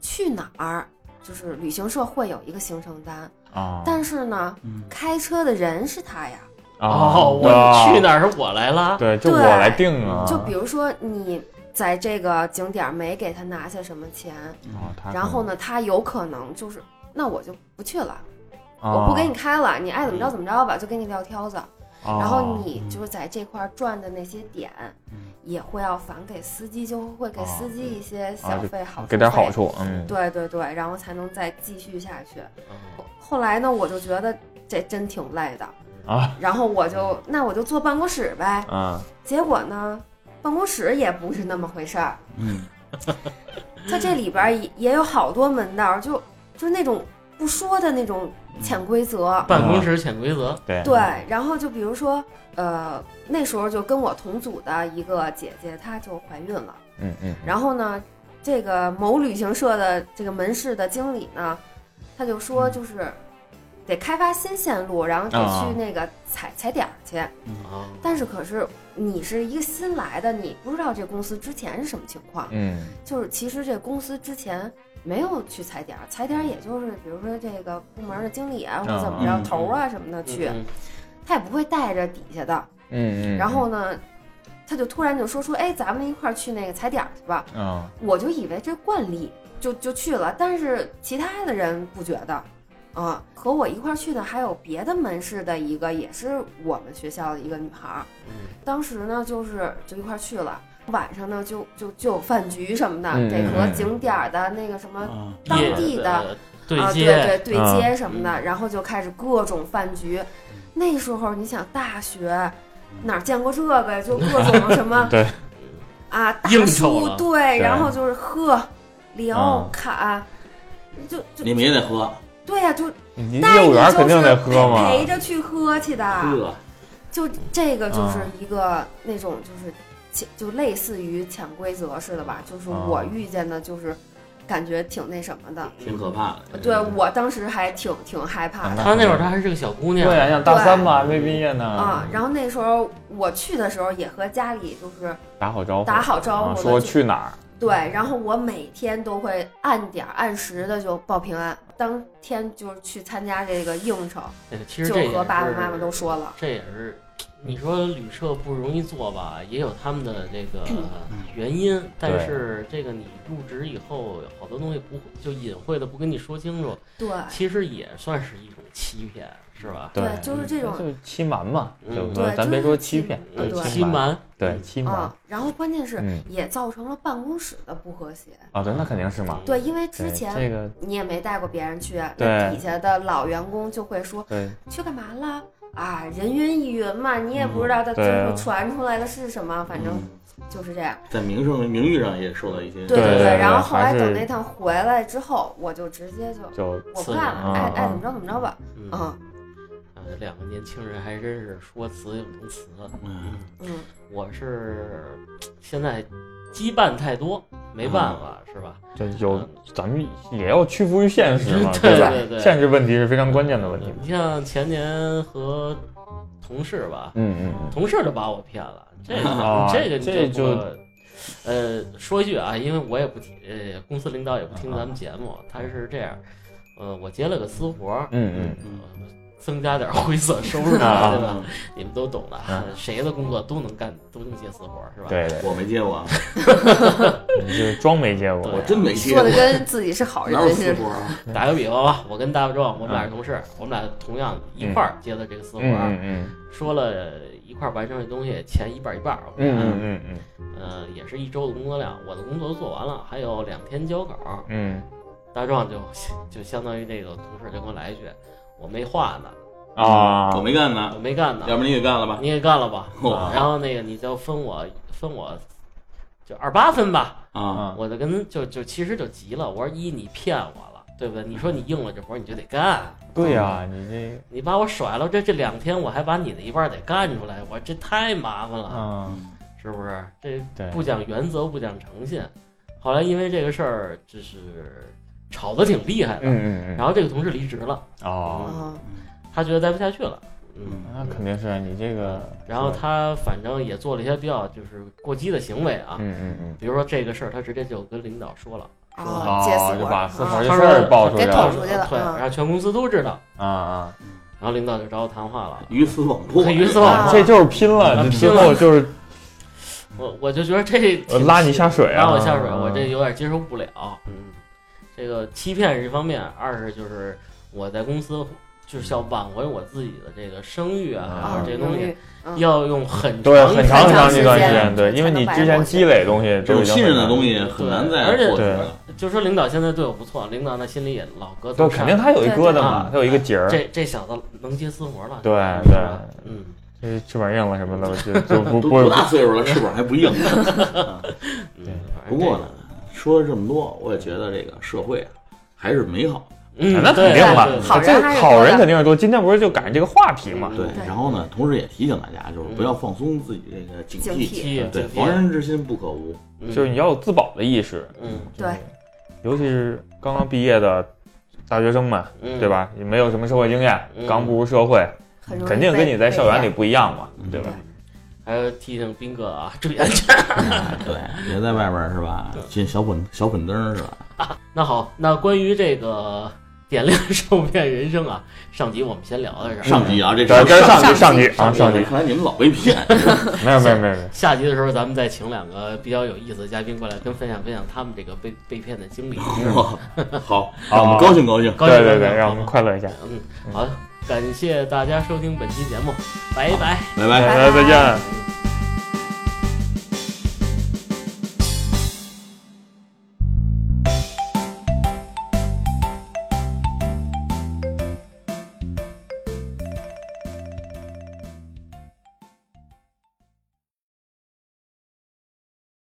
[SPEAKER 4] 去哪儿啊就是旅行社会有一个行程单，
[SPEAKER 3] 啊。
[SPEAKER 4] 但是呢，
[SPEAKER 2] 嗯
[SPEAKER 4] 开车的人是他呀。
[SPEAKER 3] 啊，
[SPEAKER 1] 哦，我去哪儿我来了。
[SPEAKER 3] 对，就我
[SPEAKER 4] 对
[SPEAKER 3] 来定啊。
[SPEAKER 4] 就比如说你在这个景点儿没给他拿下什么钱，
[SPEAKER 3] 啊，他可能
[SPEAKER 4] 然后，呢，他有可能就是那我就不去了，
[SPEAKER 3] 啊
[SPEAKER 4] 我不给你，开了，你爱怎么着怎么着吧，就给你撂挑子。
[SPEAKER 3] 啊
[SPEAKER 4] 然后你就是在这块儿赚的那些点
[SPEAKER 2] 嗯，
[SPEAKER 4] 也会要返给司机，就会给司机一些
[SPEAKER 3] 啊
[SPEAKER 4] 小
[SPEAKER 3] 就
[SPEAKER 4] 费好
[SPEAKER 3] 给点好
[SPEAKER 4] 费。
[SPEAKER 3] 处，嗯，
[SPEAKER 4] 对对对，然后才能再继续下去。
[SPEAKER 1] 哦
[SPEAKER 4] 后来呢，我就觉得这真挺累的，
[SPEAKER 3] 啊
[SPEAKER 4] 然后我就那我就坐办公室呗。
[SPEAKER 3] 啊
[SPEAKER 4] 结果呢，办公室也不是那么回事儿，
[SPEAKER 2] 嗯，
[SPEAKER 4] 它这里边儿也也有好多门道儿，就就是那种不说的那种潜规则。
[SPEAKER 1] 办公室潜规则，
[SPEAKER 3] 对
[SPEAKER 4] 对，然后就比如说，呃，那时候就跟我同组的一个姐姐，她就怀孕了。
[SPEAKER 3] 嗯嗯，
[SPEAKER 4] 然后呢，这个某旅行社的这个门市的经理呢，他就说就是得开发新线路，然后得
[SPEAKER 3] 啊
[SPEAKER 4] 去那个踩踩点儿去。
[SPEAKER 1] 啊，
[SPEAKER 4] 但是可是你是一个新来的，你不知道这公司之前是什么情况。
[SPEAKER 3] 嗯
[SPEAKER 4] 就是其实这公司之前没有去踩点儿，踩点儿也就是比如说这个部门的经理啊，或者怎么
[SPEAKER 2] 嗯
[SPEAKER 4] 着
[SPEAKER 2] 嗯
[SPEAKER 4] 头儿啊什么的去，
[SPEAKER 1] 嗯
[SPEAKER 4] 他也不会带着底下的。
[SPEAKER 3] 嗯嗯，
[SPEAKER 4] 然后呢，他就突然就说说，哎，咱们一块儿去那个踩点儿去吧。
[SPEAKER 3] 嗯
[SPEAKER 4] 我就以为这惯例，就就去了。但是其他的人不觉得，啊，和我一块儿去的还有别的门市的一个，也是我们学校的一个女孩儿。
[SPEAKER 3] 嗯
[SPEAKER 4] 当时呢，就是就一块儿去了。晚上呢，就就就有饭局什么的，
[SPEAKER 3] 嗯
[SPEAKER 4] 得和
[SPEAKER 3] 嗯嗯
[SPEAKER 4] 景点儿的那个什么
[SPEAKER 2] 啊，
[SPEAKER 4] 当
[SPEAKER 1] 夜
[SPEAKER 4] 地的
[SPEAKER 1] 呃对
[SPEAKER 4] 啊，对
[SPEAKER 1] 接，
[SPEAKER 4] 对对
[SPEAKER 3] 啊
[SPEAKER 4] 接什么的，然后就开始各种饭局。那时候你想大学哪儿见过这个呀？就各种什么
[SPEAKER 3] 对
[SPEAKER 4] 啊，大
[SPEAKER 1] 应酬
[SPEAKER 4] 叔
[SPEAKER 1] 了
[SPEAKER 4] 对，
[SPEAKER 3] 对
[SPEAKER 4] 然后就是喝聊
[SPEAKER 3] 啊
[SPEAKER 4] 侃，就就
[SPEAKER 2] 你们也得
[SPEAKER 4] 啊
[SPEAKER 2] 喝，
[SPEAKER 4] 对呀，就
[SPEAKER 3] 您
[SPEAKER 4] 带
[SPEAKER 3] 幼
[SPEAKER 4] 你
[SPEAKER 3] 儿园
[SPEAKER 4] 就
[SPEAKER 3] 肯定
[SPEAKER 4] 是
[SPEAKER 3] 得喝嘛，
[SPEAKER 4] 陪着去喝去的，
[SPEAKER 2] 喝，
[SPEAKER 4] 就这个就是
[SPEAKER 3] 啊
[SPEAKER 4] 一个那种就是潜就类似于潜规则似的吧，就是
[SPEAKER 3] 啊
[SPEAKER 4] 我遇见的就是感觉挺那什么的。
[SPEAKER 2] 挺可怕的。嗯
[SPEAKER 4] 对我当时还挺挺害怕的，
[SPEAKER 1] 她那会儿她还是个小姑娘，
[SPEAKER 3] 对啊呀，像大三吧，还没毕业呢，
[SPEAKER 4] 啊，然后那时候我去的时候也和家里就是
[SPEAKER 3] 打好招呼，
[SPEAKER 4] 打好招
[SPEAKER 3] 啊，
[SPEAKER 4] 呼
[SPEAKER 3] 说
[SPEAKER 4] 了，就
[SPEAKER 3] 去哪儿，
[SPEAKER 4] 对，然后我每天都会按点儿按时的就报平安，当天就是去参加这个应酬，
[SPEAKER 1] 对哎其实
[SPEAKER 4] 就
[SPEAKER 1] 这也
[SPEAKER 4] 和爸爸
[SPEAKER 1] 是
[SPEAKER 4] 妈妈都说了，
[SPEAKER 1] 这也是，你说旅社不容易做吧，也有他们的这个原因。但是这个你入职以后，好多东西不就隐晦的不跟你说清楚，
[SPEAKER 4] 对
[SPEAKER 1] 其实也算是一种欺骗，是吧？
[SPEAKER 4] 对，就是这种
[SPEAKER 3] 就是欺瞒嘛，
[SPEAKER 1] 嗯
[SPEAKER 3] 对不
[SPEAKER 4] 对
[SPEAKER 3] 咱
[SPEAKER 4] 就
[SPEAKER 3] 别
[SPEAKER 4] 是
[SPEAKER 3] 说
[SPEAKER 4] 欺嗯
[SPEAKER 3] 欺骗，
[SPEAKER 4] 对
[SPEAKER 3] 就是
[SPEAKER 1] 呃欺瞒，
[SPEAKER 3] 对欺瞒
[SPEAKER 4] 啊，然后关键是
[SPEAKER 3] 嗯
[SPEAKER 4] 也造成了办公室的不和谐，
[SPEAKER 3] 啊，对，那肯定是嘛，
[SPEAKER 4] 对，因为
[SPEAKER 3] 对
[SPEAKER 4] 之前
[SPEAKER 3] 这个
[SPEAKER 4] 你也没带过别人去，那
[SPEAKER 3] 对
[SPEAKER 4] 底下的老员工就会说
[SPEAKER 3] 对
[SPEAKER 4] 去干嘛了。啊，人云亦云嘛，你也不知道他最
[SPEAKER 3] 对
[SPEAKER 4] 后
[SPEAKER 3] 啊
[SPEAKER 4] 传出来的是什么，反正就是这样。
[SPEAKER 2] 在名声、名誉上也受到一些
[SPEAKER 4] 对
[SPEAKER 3] 对
[SPEAKER 4] 对。
[SPEAKER 3] 对
[SPEAKER 4] 然后后来
[SPEAKER 3] 还是
[SPEAKER 4] 等那趟回来之后，我就直接就
[SPEAKER 3] 就
[SPEAKER 4] 我不干了，
[SPEAKER 3] 嗯
[SPEAKER 4] 爱
[SPEAKER 3] 嗯
[SPEAKER 4] 爱怎么着怎么着吧。
[SPEAKER 1] 嗯，啊，
[SPEAKER 4] 嗯
[SPEAKER 1] 两个年轻人还真是说辞又能辞。
[SPEAKER 2] 嗯
[SPEAKER 4] 嗯，
[SPEAKER 1] 我是现在羁绊太多，没办法，是吧？
[SPEAKER 3] 就嗯有咱们也要屈服于现实嘛，
[SPEAKER 1] 对
[SPEAKER 3] 吧
[SPEAKER 1] 对对？
[SPEAKER 3] 现实问题是非常关键的问题嘛。
[SPEAKER 1] 嗯你像前年和同事吧，
[SPEAKER 3] 嗯嗯嗯，
[SPEAKER 1] 同事都把我骗了，这个、
[SPEAKER 3] 啊
[SPEAKER 1] 这个你
[SPEAKER 3] 这
[SPEAKER 1] 就
[SPEAKER 3] 就
[SPEAKER 1] 不呃说一句啊，因为我也不听，呃，公司领导也不听咱们节目，他是这样，呃，我接了个私活儿，
[SPEAKER 3] 嗯
[SPEAKER 1] 呃增加点灰色收入嘛，
[SPEAKER 3] 啊
[SPEAKER 1] 对吧？你们都懂的，
[SPEAKER 3] 啊
[SPEAKER 1] 谁的工作都能干，都能接私活儿，是吧？
[SPEAKER 3] 嗯，，对对，
[SPEAKER 2] 我没接过，啊
[SPEAKER 3] 你就装没见
[SPEAKER 1] 对
[SPEAKER 3] 过
[SPEAKER 2] 我，真没接
[SPEAKER 4] 说
[SPEAKER 2] 过
[SPEAKER 4] 的，嗯跟自己是好
[SPEAKER 2] 哪有
[SPEAKER 4] 人
[SPEAKER 2] 私
[SPEAKER 4] 似的。
[SPEAKER 2] 活啊？
[SPEAKER 1] 打个比方吧，我跟大白壮，我们俩是同事，我们俩同样一块儿接的这个私活
[SPEAKER 3] 嗯
[SPEAKER 1] 儿，啊
[SPEAKER 3] 嗯嗯
[SPEAKER 1] 说了一块儿完成这东西，钱一半儿一半儿，我们俩
[SPEAKER 3] 嗯嗯嗯
[SPEAKER 1] 呃，也是一周的工作量，我的工作都做完了，还有两天交稿。
[SPEAKER 3] 嗯
[SPEAKER 1] 大壮就 就相当于这个同事就给我来一句，我没画呢，
[SPEAKER 3] 嗯啊，
[SPEAKER 2] 我没干
[SPEAKER 1] 我
[SPEAKER 2] 呢，
[SPEAKER 1] 没干呢，
[SPEAKER 2] 要不然你给干了吧？
[SPEAKER 1] 你也干了吧。
[SPEAKER 2] 哇
[SPEAKER 1] 然后那个你就分我分我就二八分吧，
[SPEAKER 2] 啊，
[SPEAKER 3] 啊
[SPEAKER 1] 我就跟就就其实就急了，我说一你骗我了，对不对？你说你应了这活儿你就得干，
[SPEAKER 3] 对
[SPEAKER 1] 啊
[SPEAKER 3] 呀，你这
[SPEAKER 1] 你把我甩了，这这两天我还把你的一半儿得干出来，我这太麻烦了。
[SPEAKER 3] 啊，
[SPEAKER 1] 是不是？这
[SPEAKER 3] 对
[SPEAKER 1] 不讲原则，不讲诚信。后来因为这个事儿，就是吵得挺厉害的。
[SPEAKER 3] 嗯嗯嗯，
[SPEAKER 1] 然后这个同事离职了，
[SPEAKER 3] 哦，
[SPEAKER 4] 嗯，
[SPEAKER 1] 他觉得待不下去了。嗯，
[SPEAKER 3] 那肯定是啊你这个，
[SPEAKER 1] 然后他反正也做了一些比较就是过激的行为啊，
[SPEAKER 3] 嗯嗯嗯，
[SPEAKER 1] 比如说这个事儿，他直接就跟领导说了，
[SPEAKER 4] 哦，接
[SPEAKER 3] 哦，
[SPEAKER 4] 死
[SPEAKER 3] 就
[SPEAKER 4] 我
[SPEAKER 3] 把私
[SPEAKER 4] 啊
[SPEAKER 3] 活这
[SPEAKER 1] 他
[SPEAKER 3] 事
[SPEAKER 1] 说
[SPEAKER 3] 儿爆出
[SPEAKER 4] 给
[SPEAKER 3] 来
[SPEAKER 4] 捅
[SPEAKER 3] 了
[SPEAKER 4] 出去了
[SPEAKER 1] 对，
[SPEAKER 4] 嗯
[SPEAKER 1] 然后全公司都知道，
[SPEAKER 3] 啊啊，
[SPEAKER 1] 然后领导就找我谈话了。
[SPEAKER 2] 鱼死网破，
[SPEAKER 1] 鱼死网
[SPEAKER 4] 啊
[SPEAKER 3] 这就是拼了，你最后就是
[SPEAKER 1] 我我就觉得这
[SPEAKER 3] 我
[SPEAKER 1] 挺
[SPEAKER 3] 拉你下水啊，
[SPEAKER 1] 拉我下水，我这有点接受不了。嗯，这个欺骗是一方面，二是就是我在公司就是要挽回我自己的这个声誉啊，
[SPEAKER 3] 啊
[SPEAKER 1] 还有
[SPEAKER 4] 啊
[SPEAKER 1] 这些东
[SPEAKER 4] 荣
[SPEAKER 1] 西
[SPEAKER 4] 誉，嗯
[SPEAKER 1] 要用很
[SPEAKER 3] 对，很长
[SPEAKER 4] 长
[SPEAKER 1] 很
[SPEAKER 3] 很
[SPEAKER 4] 长
[SPEAKER 3] 长
[SPEAKER 4] 时
[SPEAKER 3] 一段
[SPEAKER 4] 间
[SPEAKER 3] 时间，对，因为你之前积累的东西
[SPEAKER 2] 这
[SPEAKER 3] 都
[SPEAKER 2] 种
[SPEAKER 3] 已经
[SPEAKER 2] 信任
[SPEAKER 3] 很
[SPEAKER 2] 的
[SPEAKER 3] 难
[SPEAKER 2] 东西很难再获取了。
[SPEAKER 1] 就说领导现在对我不错，领导那心里也老咯
[SPEAKER 3] 对，
[SPEAKER 1] 噔，
[SPEAKER 3] 肯定他有一疙瘩嘛，他有一个结儿，
[SPEAKER 1] 这这小子能接私活了，
[SPEAKER 3] 对
[SPEAKER 1] 是吧
[SPEAKER 3] 对
[SPEAKER 1] 嗯，
[SPEAKER 3] 这翅膀硬了什么的，就就不
[SPEAKER 2] 都
[SPEAKER 3] 不
[SPEAKER 2] 多大岁数了，翅膀还不硬？
[SPEAKER 1] 嗯
[SPEAKER 3] 对
[SPEAKER 1] 反正
[SPEAKER 2] 不过呢，说了这么多，我也觉得这个社会啊还是美好的。
[SPEAKER 1] 这个，嗯，
[SPEAKER 3] 那肯定嘛
[SPEAKER 1] 对，嗯
[SPEAKER 4] 好人
[SPEAKER 3] 这
[SPEAKER 4] 还是
[SPEAKER 3] 好
[SPEAKER 4] 多
[SPEAKER 3] 人
[SPEAKER 4] 的
[SPEAKER 3] 肯定是多。今天不是就赶上这个话题嘛？
[SPEAKER 2] 对，
[SPEAKER 4] 嗯对嗯
[SPEAKER 2] 然后呢，同时也提醒大家，就是不要放松自己这个警
[SPEAKER 4] 警
[SPEAKER 2] 惕。
[SPEAKER 4] 惕，
[SPEAKER 1] 对
[SPEAKER 2] 对，防人之心不可无。
[SPEAKER 1] 嗯
[SPEAKER 3] 就是你要有自保的意识，
[SPEAKER 1] 嗯
[SPEAKER 4] 对，
[SPEAKER 3] 尤其是刚刚毕业的大学生们，
[SPEAKER 1] 嗯，
[SPEAKER 3] 对？吧？也没有什么社会经验
[SPEAKER 1] 嗯，
[SPEAKER 3] 刚步入社会，
[SPEAKER 4] 很容易
[SPEAKER 3] 肯定跟
[SPEAKER 4] 被
[SPEAKER 3] 你在校园里
[SPEAKER 4] 被
[SPEAKER 3] 不一样嘛，
[SPEAKER 2] 嗯
[SPEAKER 3] 对吧？
[SPEAKER 1] 还要提醒斌哥啊，注意 安全。
[SPEAKER 2] 哎对，别在外边儿是吧？进小本小本灯儿是吧？
[SPEAKER 1] 那好，那关于这个点亮受骗人生啊！上集我们先聊到这儿，
[SPEAKER 2] 上集啊，这
[SPEAKER 3] 这这
[SPEAKER 2] 是
[SPEAKER 3] 是上级
[SPEAKER 4] 上
[SPEAKER 3] 上级
[SPEAKER 4] 级
[SPEAKER 3] 啊上级，
[SPEAKER 2] 看来你们老被骗。
[SPEAKER 3] 没有没有没有没有，
[SPEAKER 1] 下集的时候咱们再请两个比较有意思的嘉宾过来跟分享分享他们这个被被骗的经历。
[SPEAKER 2] 哇，好，让我们高兴高兴。
[SPEAKER 1] 高兴
[SPEAKER 3] 啊对对对，
[SPEAKER 1] 高兴
[SPEAKER 3] 让我们快乐一下，
[SPEAKER 1] 嗯，好，感谢大家收听本期节目，拜拜。
[SPEAKER 2] 拜拜。
[SPEAKER 3] 大家再见。